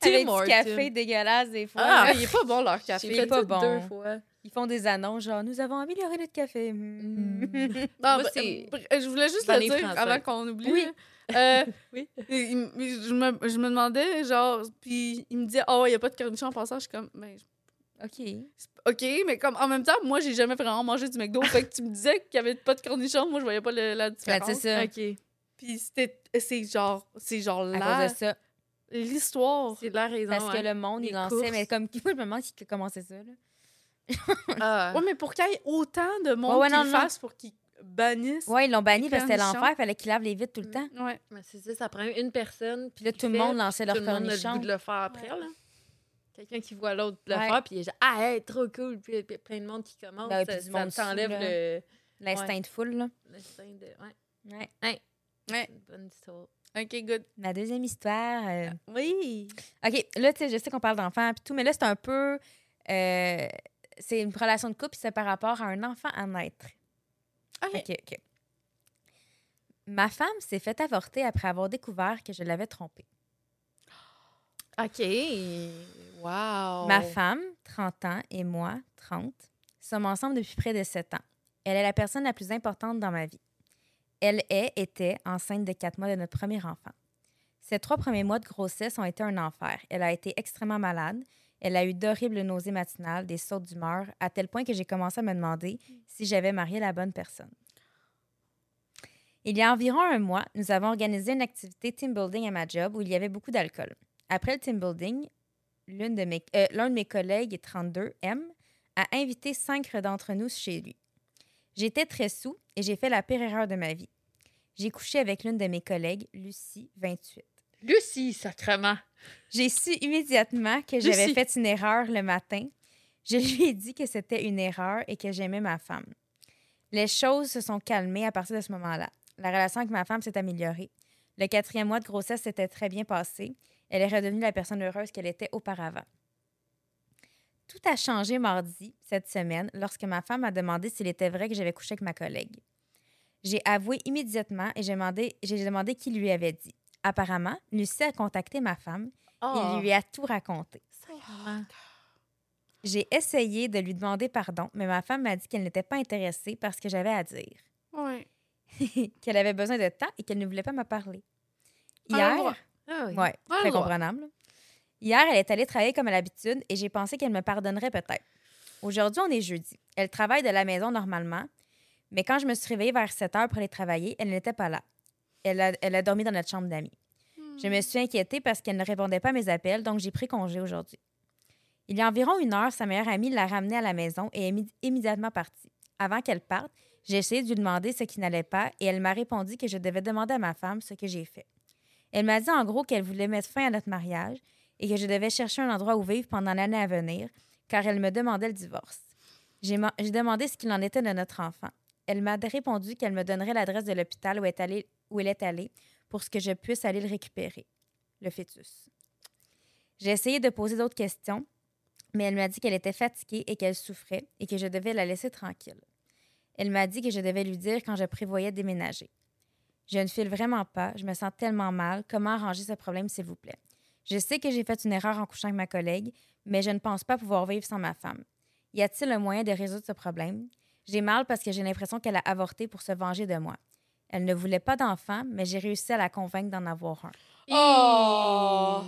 A: Avec
C: Tim
A: du
C: Hortons.
A: café dégueulasse des fois.
B: Ah,
A: là.
B: il est pas bon leur café.
C: J'ai
A: fait
C: fait
A: pas
C: ça
A: bon. Euh,
C: deux fois.
A: Ils font des annonces genre nous avons amélioré notre café. Mm.
B: Non,
C: Moi,
B: bah,
C: c'est-
B: br- je voulais juste
C: Dans
B: le
C: les
B: dire
C: Français.
B: avant qu'on oublie.
C: Oui.
B: là. Euh,
C: Oui.
B: il- il- il- je, me, je me demandais, genre, puis il me dit, oh, il n'y a pas de cornichons en passant. Je suis comme, ben,
A: OK.
B: c'est- OK, mais comme en même temps, moi, j'ai jamais vraiment mangé du McDo. fait que tu me disais qu'il n'y avait pas de cornichons. Moi, je voyais pas le- la
A: Ben,
B: différence.
A: c'est ça.
C: OK.
B: Puis c'était, c'est genre, c'est genre
A: À cause
B: là,
A: de ça.
B: l'histoire.
C: C'est de la raison. hein.
A: Parce que
C: ouais.
A: le monde, il
C: Les
A: lançait.
C: courses.
A: Mais comme, moi, je me demande qui commençait ça. Là.
C: Ah.
B: Ouais, mais pour qu'il y ait autant de monde
A: Ouais, ouais,
B: qui le
A: non, non.
B: fasse pour qu'ils bannissent.
A: Ouais, ils l'ont banni
B: Les
A: parce que c'était
B: cornichons.
A: l'enfer. Il fallait qu'ils lavent les vitres tout le temps.
B: Ouais.
C: Mais c'est ça, ça prend une personne.
A: Puis là,
C: qui
A: tout le
C: fait,
A: monde lançait
C: Tout
A: leurs
C: le monde a le
A: cornichons.
C: goût de le faire après, là. Quelqu'un qui voit l'autre le
A: Ouais.
C: faire, puis il est genre, ah, hey, trop cool. Puis, puis plein de monde qui commence.
A: Ben, puis
C: ça
A: du
C: ça
A: monde
C: t'enlève
A: sous,
C: le.
A: L'instinct de foule, là.
C: l'instinct de. Ouais,
A: Ouais.
B: Ouais.
C: une bonne histoire.
B: OK, good.
A: Ma deuxième histoire. euh,
B: Oui.
A: OK, là, tu sais, je sais qu'on parle d'enfants puis tout, mais là, c'est un peu. euh, c'est une relation de couple, puis c'est par rapport à un enfant à naître.
B: OK.
A: OK, OK. Ma femme s'est fait avorter après avoir découvert que je l'avais trompée.
C: OK. Wow.
A: Ma femme, 30 ans, et moi, 30, sommes ensemble depuis près de 7 ans. Elle est la personne la plus importante dans ma vie. Elle est, était, enceinte de 4 mois de notre premier enfant. Ses trois premiers mois de grossesse ont été un enfer. Elle a été extrêmement malade. Elle a eu d'horribles nausées matinales, des sautes d'humeur, à tel point que j'ai commencé à me demander si j'avais marié la bonne personne. Il y a environ un mois, nous avons organisé une activité team building à ma job où il y avait beaucoup d'alcool. Après le team building, l'une de mes- euh, l'un de mes collègues, 32, M, a invité cinq d'entre nous chez lui. J'étais très sous et j'ai fait la pire erreur de ma vie. J'ai couché avec l'une de mes collègues, Lucie, 28.
C: Lucie, sacrement.
A: J'ai su immédiatement que j'avais
C: Lucie.
A: fait une erreur le matin. Je lui ai dit que c'était une erreur et que j'aimais ma femme. Les choses se sont calmées à partir de ce moment-là. La relation avec ma femme s'est améliorée. Le quatrième mois de grossesse s'était très bien passé. Elle est redevenue la personne heureuse qu'elle était auparavant. Tout a changé mardi, cette semaine, lorsque ma femme m'a demandé s'il était vrai que j'avais couché avec ma collègue. J'ai avoué immédiatement et j'ai demandé, j'ai demandé qui lui avait dit. Apparemment, Lucie a contacté ma femme
C: Oh, Ah.
A: il lui a tout raconté.
C: Sacrement.
A: J'ai essayé de lui demander pardon, mais ma femme m'a dit qu'elle n'était pas intéressée par ce que j'avais à dire,
B: Ouais.
A: qu'elle avait besoin de temps et qu'elle ne voulait pas me parler.
B: Ah,
A: Hier,
B: ouais.
C: Ah oui.
A: ouais,
B: Ah,
A: très
B: ouais.
A: comprenable. là. Hier, elle est allée travailler comme à l'habitude et j'ai pensé qu'elle me pardonnerait peut-être. Aujourd'hui, on est jeudi. Elle travaille de la maison normalement, mais quand je me suis réveillée vers 7 heures pour aller travailler, elle n'était pas là. Elle a, elle a dormi dans notre chambre d'amis. Je me suis inquiétée parce qu'elle ne répondait pas à mes appels, donc j'ai pris congé aujourd'hui. Il y a environ une heure, sa meilleure amie l'a ramenée à la maison et est immé- immédiatement partie. Avant qu'elle parte, j'ai essayé de lui demander ce qui n'allait pas et elle m'a répondu que je devais demander à ma femme ce que j'ai fait. Elle m'a dit en gros qu'elle voulait mettre fin à notre mariage et que je devais chercher un endroit où vivre pendant l'année à venir, car elle me demandait le divorce. J'ai ma- j'ai demandé ce qu'il en était de notre enfant. Elle m'a répondu qu'elle me donnerait l'adresse de l'hôpital où, est allée- où elle est allée pour ce que je puisse aller le récupérer, le fœtus. J'ai essayé de poser d'autres questions, mais elle m'a dit qu'elle était fatiguée et qu'elle souffrait et que je devais la laisser tranquille. Elle m'a dit que je devais lui dire quand je prévoyais déménager. Je ne file vraiment pas, je me sens tellement mal, comment arranger ce problème s'il vous plaît? Je sais que j'ai fait une erreur en couchant avec ma collègue, mais je ne pense pas pouvoir vivre sans ma femme. Y a-t-il un moyen de résoudre ce problème? J'ai mal parce que j'ai l'impression qu'elle a avorté pour se venger de moi. Elle ne voulait pas d'enfant, mais j'ai réussi à la convaincre d'en avoir un.
B: Oh,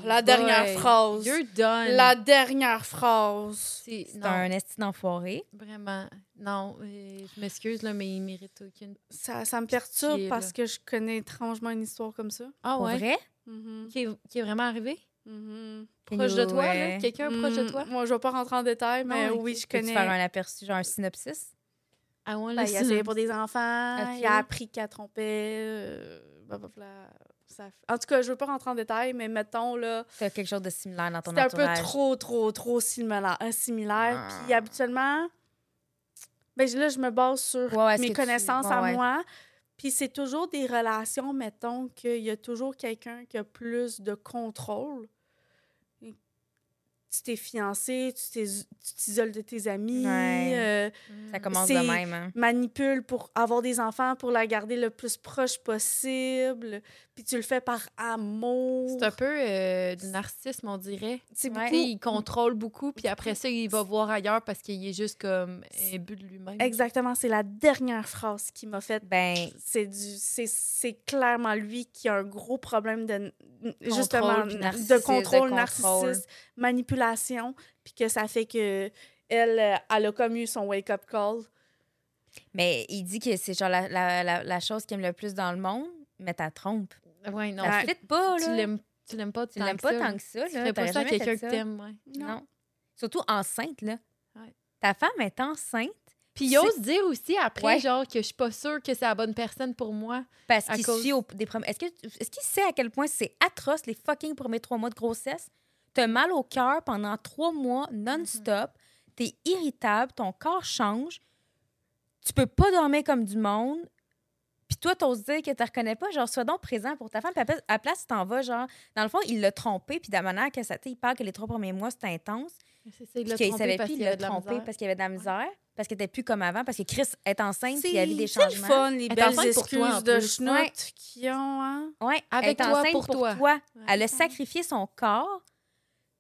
C: Hey,
B: la dernière
C: boy.
B: phrase.
C: You're done.
B: La dernière phrase.
C: C'est
A: C'est
C: non,
A: un esti d'enfoiré.
C: vraiment. Non, euh, je m'excuse, là, mais il mérite aucune.
B: Ça, ça me
C: Pitié,
B: perturbe
C: là.
B: parce que je connais étrangement une histoire comme ça.
C: Ah
A: Pour vrai?
B: Mhm,
C: Qui est, qui est vraiment arrivé?
B: mhm.
C: Proche de toi, là?
A: Ouais.
C: Quelqu'un proche de
B: Mhm,
C: toi?
B: Moi, je vais pas rentrer en détail, mais
C: Ah, ok.
B: oui, je
A: euh, Peux-tu
B: connais.
A: faire un aperçu, genre un synopsis?
C: Ah ouais,
B: Ben,
C: là,
B: il a
C: c'est-
B: essayé pour des enfants,
A: Ok.
B: il a appris qu'elle trompait, euh, blablabla. ça- En tout cas, je veux pas rentrer en détail, mais mettons, là,
A: T'as quelque chose de similaire dans ton
B: c'était un peu
A: entourage.
B: trop, trop, trop similaire. euh, similaire.
A: Ah.
B: Puis habituellement, ben, je- là, je me base sur
A: Ouais, ouais, ce que
B: mes
A: tu-
B: connaissances
A: ouais,
B: à
A: ouais.
B: moi. Puis c'est toujours des relations, mettons, qu'il y a toujours quelqu'un qui a plus de contrôle. Tu t'es fiancé, tu t'es- tu t'isoles de tes amis,
A: Ouais.
B: euh,
C: Mm.
A: Ça commence de
B: C'est-
A: même. hein.
B: manipule pour avoir des enfants, pour la garder le plus proche possible, puis tu le fais par amour.
C: C'est un peu euh, du narcissisme, on dirait.
B: C'est
A: Ouais.
C: Tu sais, Il contrôle beaucoup, puis après ça, il va voir ailleurs parce qu'il est juste comme but de lui-même.
B: Exactement, c'est la dernière phrase qui m'a fait.
A: Ben,
B: C'est du, c'est, c'est clairement lui qui a un gros problème de
A: Contrôle
B: justement
A: puis
B: de
A: narcissisme,
B: contrôle,
A: de contrôle.
B: narcissisme, manipulation, puis que ça fait que elle, euh, elle a comme eu son wake up call.
A: mais il dit que c'est genre la, la, la, la chose qu'il aime le plus dans le monde, mais t'as trompe.
C: Ouais, non.
A: Ça
B: Ouais.
A: fit pas,
C: Tu
A: là.
C: l'aimes tu l'aimes pas
A: Tu
C: tant
A: l'aimes
C: que
A: pas
C: ça,
A: tant
C: là.
A: que ça, là.
C: Tu ferais pas
A: T'aurais
C: ça à
A: jamais fait
C: quelqu'un que
A: ça.
C: t'aimes, ouais.
A: Non. Surtout enceinte, là.
C: Ouais.
A: Ta femme est enceinte
C: Puis il ose dire aussi après,
A: Ouais.
C: genre, que je suis pas sûre que c'est la bonne personne pour moi.
A: parce
C: À
A: qu'il
C: cause-
A: se fie aux des prom- Est-ce que est-ce qu'il sait à quel point c'est atroce les fucking premiers trois mois de grossesse? T'as mal au cœur pendant trois mois non-stop.
C: Mm-hmm.
A: T'es irritable, ton corps change. Tu peux pas dormir comme du monde. Puis toi, t'oses dire que tu reconnais pas, genre, sois donc présent pour ta femme. Puis à place- à place, tu t'en vas, genre, dans le fond, il l'a trompé. Puis de la manière que ça, tu sais, il parle que les trois premiers mois, c'était intense.
C: C'est ça, il
A: Puis
C: l'a
A: qu'il
C: trompé
A: savait
C: parce
A: plus, il
C: qu'il avait
A: l'a
C: de la
A: trompé
C: misère.
A: parce qu'il y avait de la misère, parce qu'elle était plus comme avant, parce que Chris est enceinte, puis il y a eu
B: C'est
A: des
B: c'est le
A: changements.
B: fun, les
C: est
B: belles
C: enceinte
B: excuses
C: pour toi, en
B: de
C: plus.
B: schnout
A: Ouais.
B: qui ont, hein?
A: Oui,
C: Avec
A: elle est
C: toi,
A: enceinte
C: pour toi.
B: Ouais.
A: Elle a sacrifié son corps,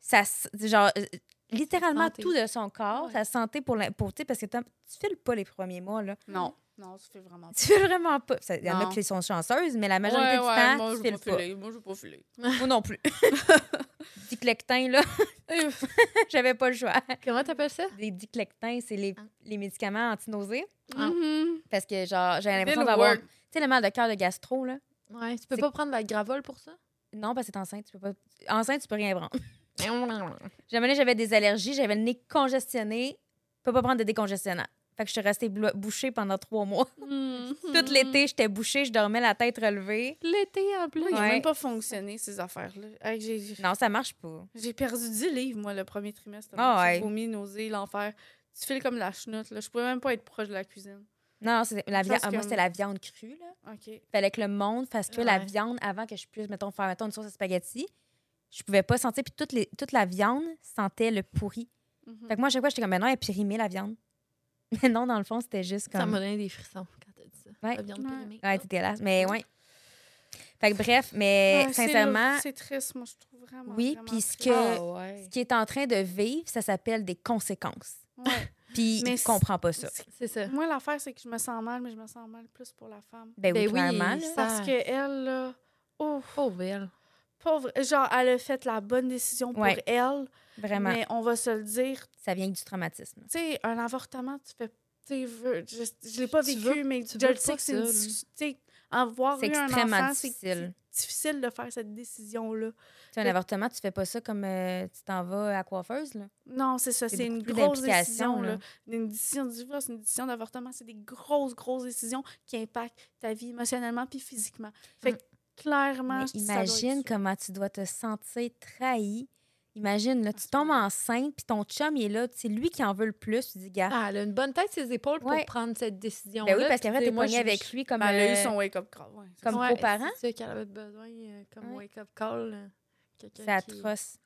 A: sa, s- genre, euh, littéralement
C: santé.
A: tout de son corps,
C: Ouais.
A: sa santé pour, la, pour tu sais, parce que t'as- tu files pas les premiers mois, là.
B: Non, non, ça fait vraiment
A: Tu files vraiment pas. Ça, Il y en a
B: Non.
A: qui sont chanceuses, mais la majorité du temps, tu files pas.
B: Moi, je veux pas filer.
A: Moi non plus. diclectin, là, j'avais pas le choix.
C: Comment t'appelles ça?
A: Les diclectins, c'est les,
C: Ah.
A: les médicaments anti-nausées.
C: Ah.
B: Mm-hmm.
A: Parce que, genre, j'ai l'impression
B: Didn't
A: d'avoir.
B: work.
A: Tu sais, le mal de cœur de gastro, là.
C: Ouais, tu peux
A: C'est-
C: pas prendre la gravole pour ça?
A: Non, parce que t'es enceinte, tu peux pas. Enceinte, tu peux rien prendre.
C: T'es
A: Jamais là, j'avais des allergies, j'avais le nez congestionné. Je peux pas prendre de décongestionnant. Fait que je suis restée blo- bouchée pendant trois mois.
B: Mm-hmm.
A: Tout l'été, j'étais bouchée, je dormais la tête relevée.
C: L'été en plus.
B: Ils n'ont
A: Ouais.
B: même pas fonctionné, ces affaires-là. Hey, J'ai
A: Non, ça marche pas.
B: j'ai perdu 10 livres, moi, le premier trimestre.
A: Ah
B: J'ai
A: ouais.
B: vomi, nausé, l'enfer. Tu files comme la chenoute, là. Je pouvais même pas être proche de la cuisine.
A: Non, c'est la
B: Je
A: viande.
B: pense
A: ah, moi,
B: que-
A: c'était la viande crue, là.
B: OK.
A: Fallait que le monde fasse cuire la
C: Ouais.
A: viande avant que je puisse, mettons, faire mettons, une sauce à spaghetti. Je pouvais pas sentir. Puis toute, les, toute la viande sentait le pourri.
B: Mhm.
A: Fait que moi, à chaque fois, j'étais comme, mais non, elle a périmé la viande. Mais non, dans le fond, c'était juste comme.
C: Ça m'a donné des frissons quand t'as dit ça.
A: Ouais.
C: La viande
B: Ouais.
C: périmée. Ah,
A: Ouais, t'es dégueulasse. Mais ouais. Fait que bref, mais
B: Ouais, c'est
A: euh, sincèrement,
B: lourd, C'est triste, moi, je trouve vraiment.
A: Oui,
B: vraiment
A: puis ce
B: triste.
A: que-
C: Ah ouais.
A: ce qui est en train de vivre, ça s'appelle des conséquences.
B: Ah, Ouais.
A: Puis
B: Mais
A: il comprend pas ça.
C: C'est ça.
B: Moi, l'affaire, c'est que je me sens mal, mais je me sens mal plus pour la femme.
A: Ben oui,
C: Ben oui,
A: clairement. là.
C: ça-
B: Parce que elle, là, oh,
C: Oh, belle.
B: pauvre. Genre, elle a fait la bonne décision pour
A: Ouais.
B: elle.
A: Vraiment.
B: Mais on va se le dire,
A: Ça vient du traumatisme.
B: tu sais, un avortement, tu fais. Tu sais, veux- je je l'ai pas
C: Tu
B: vécu,
C: veux-
B: mais
C: tu
B: je
C: veux
B: le sais
C: pas
B: que c'est. une
C: ça, là.
B: dis- Tu sais, avoir
A: C'est
B: eu un
A: extrêmement
B: enfant, c'est-
A: difficile.
B: C'est difficile de faire cette décision-là.
A: Tu sais, un avortement, tu fais pas ça comme euh, tu t'en vas à la coiffeuse. Là.
B: Non, c'est ça, c'est
A: beaucoup
B: une
A: plus
B: grosse
A: d'implications,
B: décision.
A: là.
B: Là. Une décision de divorce, une décision d'avortement, c'est des grosses, grosses décisions qui impactent ta vie émotionnellement puis physiquement. Fait que clairement,
A: Mm. Mais
B: je dis, ça doit être
A: imagine
B: dur.
A: comment tu dois te sentir trahi. Imagine, là,
B: Ah,
A: tu
B: c'est
A: tombes
B: vrai.
A: enceinte, puis ton chum, il est là, c'est lui qui en veut le plus. Tu dis, gars,
C: Ah, elle a une bonne tête ses épaules
A: Ouais.
C: pour prendre cette décision.
A: ben oui, parce qu'après, t'es poigné avec lui comme,
B: Ben, elle a eu
A: euh,
B: son wake-up call. ouais.
A: comme
C: aux
A: coparent.
C: C'est ça qu'elle avait besoin euh, comme
A: Ouais.
C: wake-up call. euh, quelqu'un
A: C'est
C: qui-
A: atroce.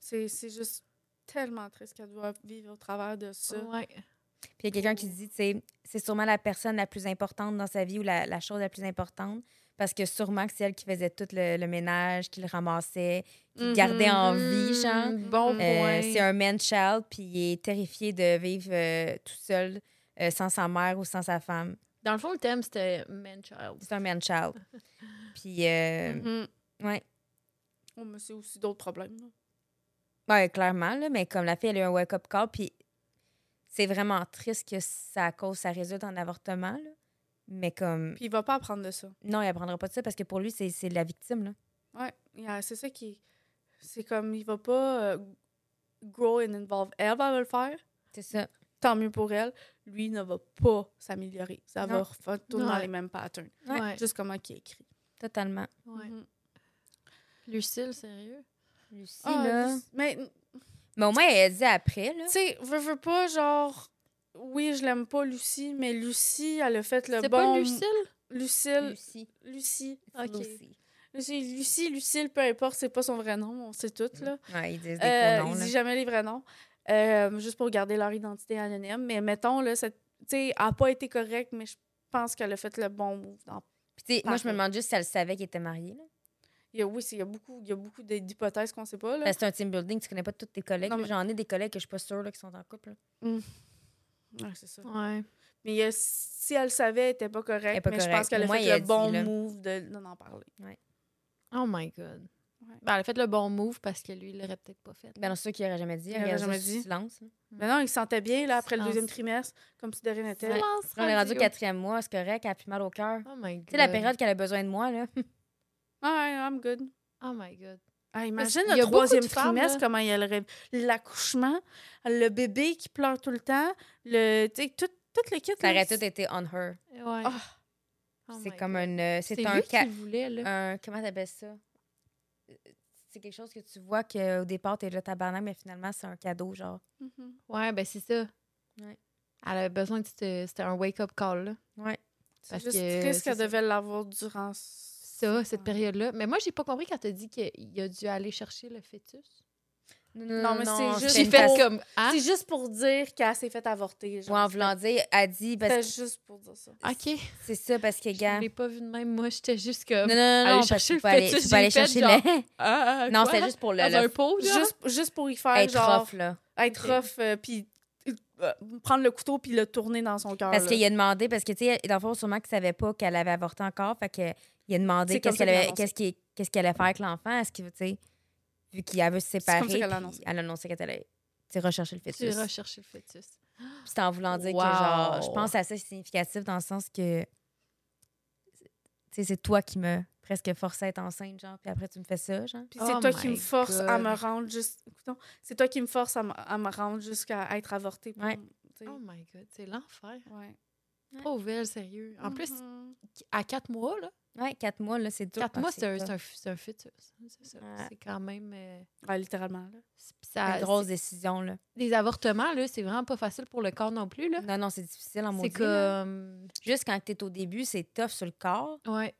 B: C'est c'est juste tellement triste qu'elle doit vivre au travers de ça.
C: Ouais.
A: Puis il y a quelqu'un qui dit, tu sais, c'est sûrement la personne la plus importante dans sa vie ou la, la chose la plus importante. Parce que sûrement que c'est elle qui faisait tout le, le ménage, qui le ramassait, qui
B: Mm-hmm.
A: le gardait en vie, genre.
C: Mm, Bon
B: Euh,
A: Euh,
C: point.
A: c'est un man-child, puis il est terrifié de vivre euh, tout seul, euh, sans sa mère ou sans sa femme.
C: Dans le fond, le thème, c'était man-child.
A: C'est un man-child. puis, euh,
B: Mhm.
A: ouais.
B: Oh, mais c'est aussi d'autres problèmes. là.
A: ouais, clairement, là, mais comme la fille, elle a eu un wake-up call, puis c'est vraiment triste que ça cause, ça résulte en avortement, là. Mais comme,
B: Puis il va pas apprendre de ça.
A: non, il apprendra pas de ça parce que pour lui, c'est c'est la victime, là.
B: Ouais, il y a- c'est ça qui. C'est comme, il va pas euh, grow and involve. Elle va le faire,
A: C'est ça.
B: tant mieux pour elle. Lui ne va pas s'améliorer. Ça
A: Non.
B: va retourner dans
C: Ouais.
B: les mêmes patterns.
A: Ouais.
C: Ouais.
B: Juste comment qui écrit.
A: Totalement.
C: Ouais.
B: Mhm.
C: Lucille, sérieux?
A: Lucie,
B: Ah,
A: là.
B: Luc- Mais
A: Mais au moins, elle dit après, là.
B: Tu sais, veux, veux pas, genre, oui, je l'aime pas, Lucie, mais Lucie, elle a fait le
C: C'est
B: bon...
C: pas Lucille?
B: Lucille.
A: Lucie.
B: Lucie.
C: Ok.
A: Lucie.
B: Lucie, Lucie, Lucille, peu importe, c'est pas son vrai nom, on sait tout, là.
A: Ouais, ils disent des
B: Euh,
A: faux noms,
B: ils
A: là.
B: disent jamais les vrais noms, euh, juste pour garder leur identité anonyme. Mais mettons, là, cette- tu sais, elle a pas été correcte, mais je pense qu'elle a fait le bon move. dans-
A: Puis, tu sais, moi, je
B: Parfait.
A: me demande juste si elle savait qu'il était marié, là.
B: Il y a, oui, c'est- il y a beaucoup, il y a beaucoup d'hy- d'hypothèses qu'on sait pas, là.
A: Parce que c'est un team building, tu connais pas tous tes collègues.
B: Non,
A: là.
B: mais-
A: J'en ai des collègues que je suis pas sûre là, qui sont en couple. là.
B: Ouais, c'est ça.
C: Ouais.
B: Mais il y a- si elle savait, elle était pas
A: Elle est
B: correcte,
A: pas
B: mais je pense
A: correcte.
B: qu'elle a
A: Au moins, il
B: fait
A: a
B: le
A: dit,
B: bon
A: là.
B: move de de n'en parler.
C: Oh my God.
B: Ouais.
C: Ben, elle a fait le bon move parce que lui, il l'aurait peut-être pas fait.
A: Ben non, c'est sûr qu'il aurait jamais dit. Ah,
B: Il aurait
A: a
B: jamais
A: juste
B: dit.
A: silence, là.
B: Mais non, il se sentait bien là, après le
C: Silence.
B: deuxième trimestre, comme si de rien n'était.
A: Ouais.
C: Silence
A: On est rendu au
C: radio.
A: quatrième mois, c'est correct, elle a plus mal au cœur. Euh,
C: Oh my God.
A: Tu sais, la période qu'elle a besoin de moi, là.
B: Ah ouais, I'm good.
C: Oh my God.
B: Ah,
C: qu'il
B: imagine
C: y
B: le
C: a beaucoup de
B: troisième
C: femmes,
B: trimestre,
C: là.
B: comment il y a le rêve. L'accouchement, le bébé qui pleure tout le temps, le, tu sais, tout, tout le kit.
A: Ça
B: là,
A: aurait
B: c'est-
A: tout été on her.
C: Eh Ouais.
B: Ah.
C: Oh
A: c'est
C: my
A: comme
C: God.
A: un. euh,
C: C'est
A: C'est un
C: lui qui
A: cas.
C: le voulait, là.
A: un- comment t'appelles ça? Euh, C'est quelque chose que tu vois qu'au départ, t'es le tabarnak, mais finalement, c'est un cadeau, genre.
B: Mhm.
C: Ouais, ben c'est ça.
A: Ouais.
C: Elle avait besoin de ce- c'était un wake-up call là.
A: Ouais.
B: C'est
C: Parce
B: juste
C: que
B: triste
C: c'est
B: qu'elle
C: ça.
B: devait l'avoir durant
C: Ça, cette période là. Mais moi j'ai pas compris quand t'as dit qu'il a dû aller chercher le fœtus.
B: Non, mais c'est juste
A: c'était
C: J'ai
A: une
C: fait
A: façon-
C: comme ah
B: C'est juste pour dire qu'elle s'est fait avorter. Ah,
A: Ou en voulant dire, elle dit, parce
B: C'était
A: que-
B: juste pour dire ça.
C: ok.
A: c'est ça, parce que, gars.
C: Je l'ai pas vu de même. Moi j'étais juste comme
A: Non, non, non,
C: Aller
A: non, parce
C: chercher
A: que
C: le
A: tu peux aller,
C: fœtus,
A: tu peux aller
C: j'ai fait
A: chercher
C: genre-
A: le.
C: ah, ah,
A: Non,
C: quoi?
A: c'était juste pour le.
C: dans un
A: le
C: pot genre.
B: Juste, juste pour y faire,
A: être
B: genre,
A: rough, là.
B: être
A: Ok.
B: rough, euh, puis euh, prendre le couteau puis le tourner dans son cœur.
A: Parce
B: Ah, là.
A: qu'il a demandé, parce que, tu sais, dans le fond, sûrement qu'il savait pas qu'elle avait avorté encore. Fait que, il a
B: C'est
A: demandé
B: comme
A: qu'est-ce
B: ça
A: qu'elle
B: qu'il
A: avait-
B: l'a
A: qu'est-ce qu'il- qu'est-ce qu'elle allait faire avec l'enfant. Est-ce qu'il veut, tu sais, vu qu'il avait se séparer.
B: comme ça qu'elle l'a
A: puis
B: annoncé.
A: Elle a annoncé qu'elle allait, tu sais, rechercher le
C: Tu
A: fœtus.
C: iras chercher le fœtus.
A: Puis c'est en voulant dire
C: Wow.
A: que, genre, je pense à ça, c'est significatif dans le sens que, tu sais, c'est toi qui me presque forcé à être enceinte, genre, puis après, tu me fais ça, genre.
B: Puis c'est
C: Oh
B: toi qui
C: my
B: me force à me
C: God.
B: rendre juste. écoutons, C'est toi qui me force à, me- à me rendre jusqu'à être avortée. pour-
A: Ouais.
B: tu sais,
C: Oh my god, c'est l'enfer. Mm-hmm.
B: ouais.
C: Pauvre elle, sérieux. En plus,
B: Mhm.
C: à quatre mois, là.
A: Ouais, quatre mois, là, c'est dur.
C: Quatre
A: Ah,
C: mois, c'est un,
A: tough.
C: c'est un, c'est un fœtus. hein, C'est ça.
A: Ouais.
C: C'est quand même. euh,
B: Ouais, littéralement. Là.
C: c'est- pis ça-
A: une grosse décision, là.
C: c'est- Les avortements, là, c'est vraiment pas facile pour le corps non plus, là.
A: Non, non, c'est difficile en
C: C'est
A: Ah, maudit. là.
C: comme.
A: Juste quand t'es au début, c'est tough sur le corps.
C: Ouais.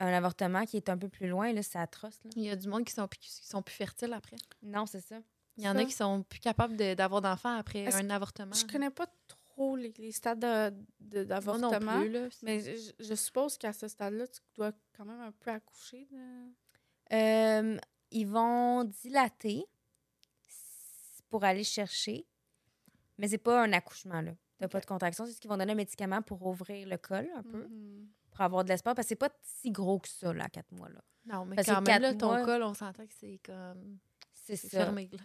A: Un avortement qui est un peu plus loin, là, c'est atroce, là.
C: Il y a du monde qui sont, plus- qui sont plus fertiles après.
A: Non, c'est ça.
C: Il y en
B: Ça.
C: a qui sont plus capables de- d'avoir d'enfants après
B: Est-ce
C: un avortement.
B: Je connais pas trop les, les stades de- de-
C: Moi non
B: d'avortement.
C: plus, là.
B: mais je, je suppose qu'à ce stade-là, tu dois quand même un peu accoucher. de-
A: Euh, ils vont dilater s- pour aller chercher, mais c'est pas un accouchement, là. T'as pas de contraction, c'est ce qu'ils vont donner un médicament pour ouvrir le col
C: Mm.
A: un peu,
B: Mhm.
A: pour avoir de l'espace, parce que c'est pas si gros que ça, là, à quatre mois, là.
C: Non, mais
A: parce que
C: quand même, là,
A: quatre
C: ton
A: mois-
C: col, on s'entend que c'est comme.
A: C'est
C: C'est
A: ça.
C: fermé, là.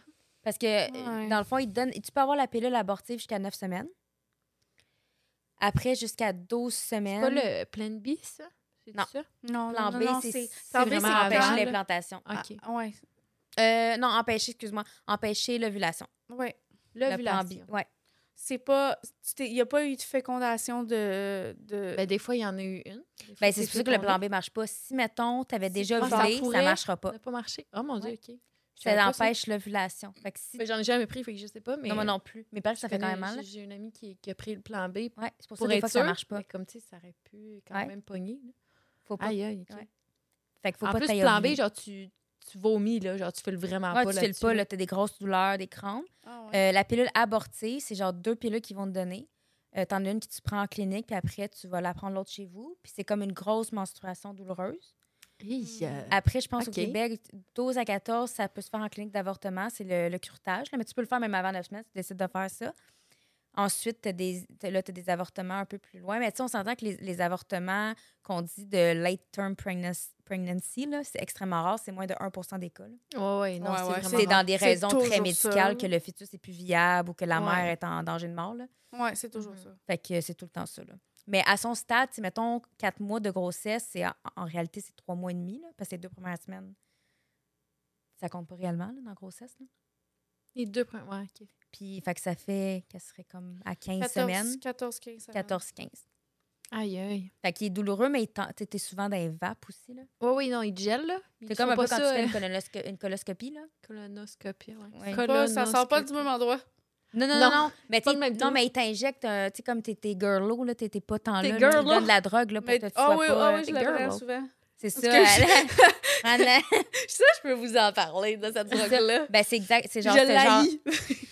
A: Parce que, euh,
B: Ouais.
A: dans le fond, ils te donnent, tu peux avoir la pilule abortive jusqu'à 9 semaines. Après, jusqu'à 12
C: C'est
A: semaines.
C: pas le plan B, ça? C'est
A: Non.
C: ça?
B: Non,
A: Plan
B: non,
A: B,
B: non,
A: c'est-
B: c'est
A: c'est
B: plan B, c'est
C: vraiment
A: Vraiment
C: avant,
A: empêcher
C: là.
B: quand-
A: l'implantation.
C: OK.
B: Ah, ouais.
A: Euh, non, empêcher, excuse-moi. Empêcher l'ovulation.
B: Ouais.
A: Le plan B.
C: L'ovulation.
A: Ouais.
B: C'est pas. tu t'es- Il n'y a pas eu de fécondation de. de...
C: Ben, des fois, il y en a eu une. Des fois,
A: Ben, c'est pour ça que le
C: fécondé.
A: plan B marche pas. Si, mettons, tu avais
B: Si-
A: déjà
B: Ah,
A: ovulé,
B: ça
A: ça,
C: pourrait.
A: marchera pas.
C: n'a pas marché. Oh mon Dieu,
B: Ouais.
C: OK. Je savais
A: Ça
C: pas
A: empêche l'ovulation. Fait que si...
C: Mais J'en ai jamais pris, fait que je sais pas. Mais
A: Non, moi non plus. Mais parce que ça
C: je
A: fait quand
C: connais-
A: même mal.
C: j'ai- J'ai une amie qui, qui a pris le plan B
A: Ouais, c'est pour,
C: pour
A: ça des
C: être
A: fois que
C: sûre,
A: ça marche pas.
C: Mais comme tu sais, ça aurait pu quand
A: Ouais.
C: même pogner. là.
A: Faut pas.
C: Aïe, aïe. ok.
A: Ouais. Fait que faut
C: en
A: pas
C: plus,
A: tailler
C: plan B,
A: ovulé.
C: genre, tu, tu vomis, là. Genre, tu fais le vraiment
A: Ouais,
C: pas
A: tu fais le
C: là-dessus,
A: pas,
C: là.
A: là, t'as des grosses douleurs, des crampes.
B: Ah, ouais.
A: Euh, la pilule abortive, c'est genre deux pilules qu'ils vont te donner. Euh, T'en as une que tu prends en clinique, puis après, tu vas la prendre l'autre chez vous. Puis c'est comme une grosse menstruation douloureuse.
C: Hi, euh,
A: Après, je pense
C: Ok.
A: au Québec, 12 à 14, ça peut se faire en clinique d'avortement, c'est le, le curetage. là, mais tu peux le faire même avant 9 semaines si tu décides de faire ça. Ensuite, tu as, des avortements un peu plus loin. Mais tu sais, on s'entend que les, les avortements qu'on dit de late-term pregnas- pregnancy, là, c'est extrêmement rare, c'est moins de 1 des cas. là.
C: Ouais, ouais,
B: Ouais,
C: non,
B: ouais,
C: c'est vraiment.
A: C'est dans des
B: C'est
A: raisons très
B: toujours ça.
A: médicales que le fœtus est plus viable ou que la
B: Ouais.
A: mère est en danger de mort. là.
B: Ouais, c'est toujours
C: Mhm.
B: ça.
A: Fait que c'est tout le temps ça. là. Mais à son stade, tu sais, mettons, quatre mois de grossesse, c'est en, en réalité, c'est trois mois et demi, là, parce que les deux premières semaines, ça compte pas réellement là, dans la grossesse. là.
C: Les deux points. Ouais, OK.
A: Puis, fait que ça fait qu'elle serait comme à 15
B: 14,
A: semaines,
B: 14, 15 semaines.
A: 14-15.
C: Aïe, aïe.
A: Fait qu'il est douloureux, mais il t'en- t'es t'es souvent dans les vapes aussi. là.
C: Oui, oui, non, il gèle, là. Ils
A: C'est comme
C: font
A: un peu
C: pas
A: quand
C: ça,
A: tu fais
C: euh,
A: une, colonosco- une coloscopie. Là.
C: Colonoscopie, ouais.
A: Ouais.
B: Pas, ça sort pas du
C: Colonoscopie.
B: même endroit.
A: Non, non, non,
C: Non,
A: non. Mais,
C: pas
A: t'es-
C: le même
A: non,
C: trou.
A: mais il t'injecte, un- tu sais, comme t'es t'es girlo, là, t'es t'es pas tant là.
B: T'es
A: là,
B: girlo.
A: Il donne de la drogue là, pour
B: Mais-
A: que tu
B: Ah
A: sois
B: oui,
A: pas...
B: ah oui,
A: t'es
B: je l'apprends
A: girlo.
B: souvent.
A: C'est
B: Parce
A: ça. Ah,
B: que je-
A: Alain. Alain.
B: Ça, je peux vous en parler de cette drogue-là.
A: ben, c'est exact. C'est
B: Je
A: genre ce genre.
B: l'haïs.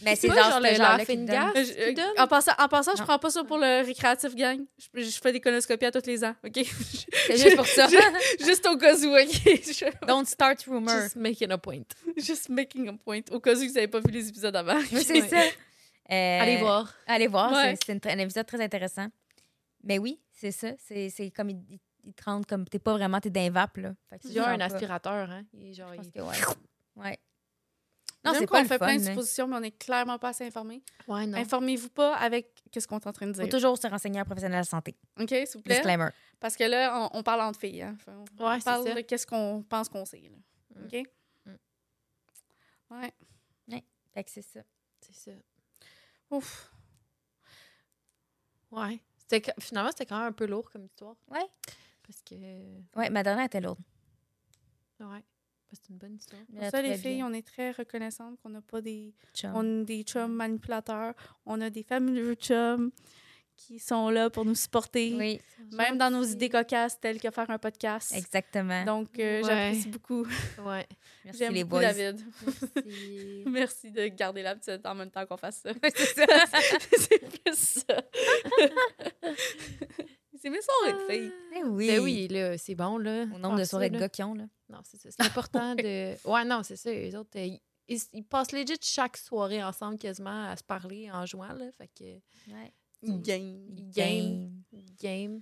A: Mais c'est
C: pas
A: genre
C: genre
A: ce
C: le
A: genre-là
C: laugh
A: qui
C: and
A: te donne.
C: gaff.
B: Je-
C: Qu'est-ce que tu donnes?
B: en passant, en passant je
A: Non.
B: prends pas ça pour le récréatif gang. Je, je fais des colonoscopies à tous les ans, OK?
A: C'est juste pour ça.
B: Juste au cas où, OK? Je-
A: Don't start rumor.
C: Just making a point.
B: Juste making a point. Au cas où vous n'avez pas vu les épisodes avant.
A: Oui, c'est ça. Euh,
C: Allez voir.
A: Allez voir,
B: Ouais.
A: c'est- c'est une tr- un épisode très intéressant. Mais oui, c'est ça. C'est c'est comme ils il, il te rendent comme t'es pas vraiment, t'es d'un vape, là. Fait que
C: Il
A: c'est
C: y a
A: genre
C: un
A: pas-
C: aspirateur, hein. Il est genre,
A: je pense
C: il-
A: que ouais. Ouais. Non,
B: J'aime
A: c'est
B: qu'on
A: pas le
B: fait
A: fun.
B: plein de
A: hein.
B: suppositions, mais on n'est clairement pas assez informés.
C: Ouais, non.
B: Informez-vous pas avec qu'est-ce qu'on est en train de
A: Faut
B: dire.
A: toujours se renseigner en professionnel de Ah, la santé.
B: OK, s'il vous plaît?
A: Disclaimer.
B: Parce que là, on, on parle entre filles. hein. Fait, on
C: Ouais, c'est
B: parle
C: ça.
B: de qu'est-ce qu'on pense qu'on sait. là.
C: Mm.
B: OK?
C: Mm.
A: Mm.
B: Ouais.
A: Fait que c'est ça.
C: C'est ça.
B: Ouf.
C: Ouais. C'était que- Finalement, c'était quand même un peu lourd comme histoire.
A: Ouais.
C: Parce que.
A: Ouais, ma dernière était lourde.
C: Ouais. C'est une bonne histoire.
A: Mais
B: Pour
A: la
B: ça,
A: trouvais
B: les filles,
A: bien. Ah.
B: on est très reconnaissantes qu'on n'a pas des
A: Chum.
B: On a des chums manipulateurs, on a des fabuleux chums qui sont là pour nous supporter,
A: Oui,
B: même dans nos idées cocasses telles que faire un podcast.
A: exactement.
B: Donc, euh,
C: Ouais.
B: j'apprécie beaucoup.
C: Ouais.
A: Merci
B: J'aime
A: les
B: beaucoup,
A: boys.
B: David.
C: Merci.
B: Merci de garder la petite en même temps qu'on fasse ça.
A: C'est ça.
B: C'est plus ça. C'est mes soirées de filles.
A: Eh oui.
C: Ben oui, là, c'est bon, là.
A: Au nombre de
C: Ah, ça,
A: soirées de
C: là.
A: gars qui ont, là.
C: Non, c'est ça. C'est important de. Ouais, non, c'est ça. Les autres, euh, ils, ils passent legit chaque soirée ensemble quasiment à se parler en jouant, là. Fait que.
A: Ouais.
B: Ils gagnent.
A: Ils
C: Game.
A: gagnent.
C: Game.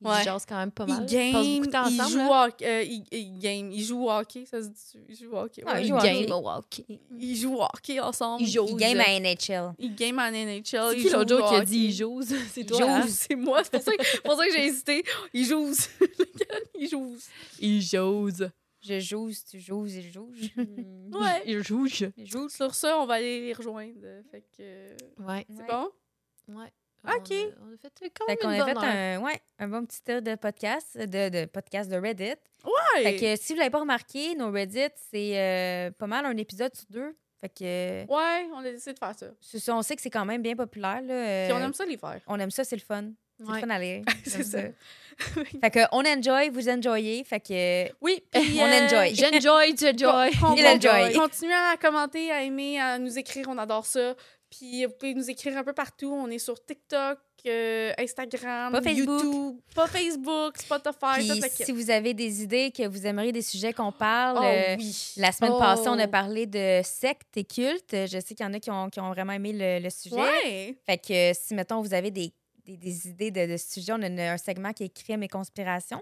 C: Ils
B: Ouais.
C: jasent quand même pas mal.
B: Ils
C: Ils passent
B: gagnent,
C: beaucoup de temps
B: ils
C: ensemble. hein?
B: jouent
C: là.
B: au hockey, euh, ils- ils gagnent, ils jouent au hockey, ça se dit, ils jouent au hockey.
A: Ouais,
B: ouais.
A: ils
C: Ils
A: jouent au
C: game
A: hockey.
C: au hockey.
B: Ils jouent au hockey ensemble.
C: Ils jouent.
A: Ils gagnent à NHL.
B: Ils game en NHL.
C: C'est
B: ils
C: qui
B: jouent
C: l'autre jour
B: Oh, au
C: qui a
B: hockey.
C: dit ils jouent? C'est
B: Ils
C: toi.
B: jouent,
C: hein?
B: c'est moi. C'est pour ça que, c'est pour ça que j'ai hésité. Ils jouent. Ils jouent.
C: Ils jouent.
A: Je joue, tu joues, je joue.
B: Ouais.
C: Ils jouent.
A: Je joue.
B: Sur ça, on va aller les rejoindre. Fait que. euh,
C: Ouais.
B: C'est
A: Ouais.
B: bon?
C: Ouais.
B: Ok.
C: On a, on a fait quand
A: Fait
C: même
A: qu'on
C: une
A: a fait
C: bonne heure.
A: un, ouais, un bon petit tour de podcast, de, de podcast de Reddit.
B: Ouais!
A: Fait que si vous l'avez pas remarqué, nos Reddit, c'est euh, pas mal un épisode sur deux. Fait que
B: Ouais, on a décidé de faire ça.
A: c'est ça, on sait que c'est quand même bien populaire. Là. euh,
B: Puis on aime ça les faire.
A: on aime ça, c'est le fun. C'est le
C: Ouais.
A: fun à lire.
B: C'est
A: J'aime
B: ça.
A: fait que on enjoy, vous enjoyez. Fait que
B: Oui, euh,
A: On enjoy.
C: J'enjoy, j'enjoy.
B: Con- con-
A: Il enjoy.
B: Continuez à commenter, à aimer, à nous écrire, on adore ça. Puis vous pouvez nous écrire un peu partout. On est sur TikTok, euh, Instagram,
A: Pas Facebook.
B: YouTube, pas Facebook, Spotify,
A: puis
B: tout le kit.
A: si vous avez des idées que vous aimeriez des sujets qu'on parle,
B: Oh
A: euh,
B: oui.
A: la semaine
C: Oh.
A: passée, on a parlé de sectes et cultes. Je sais qu'il y en a qui ont, qui ont vraiment aimé le, le sujet.
B: Ouais!
A: Fait que euh, si, mettons, vous avez des, des, des idées de, de ce sujet, on a une- un segment qui est crimes et conspirations.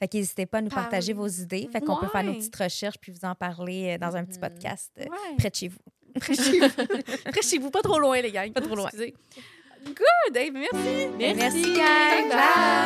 A: Fait que n'hésitez pas à nous
B: Parle.
A: partager vos idées. Fait qu'on peut faire nos
B: Ouais. Mm-hmm.
A: petites recherches puis vous en parler euh, dans un petit
C: Mhm.
A: podcast euh,
B: Ouais.
A: près de chez vous.
B: Près de chez vous. Près de chez vous, pas trop loin, les gars.
A: Pas trop loin.
B: Excusez. Good, hey, merci.
A: Merci, gang. Bye.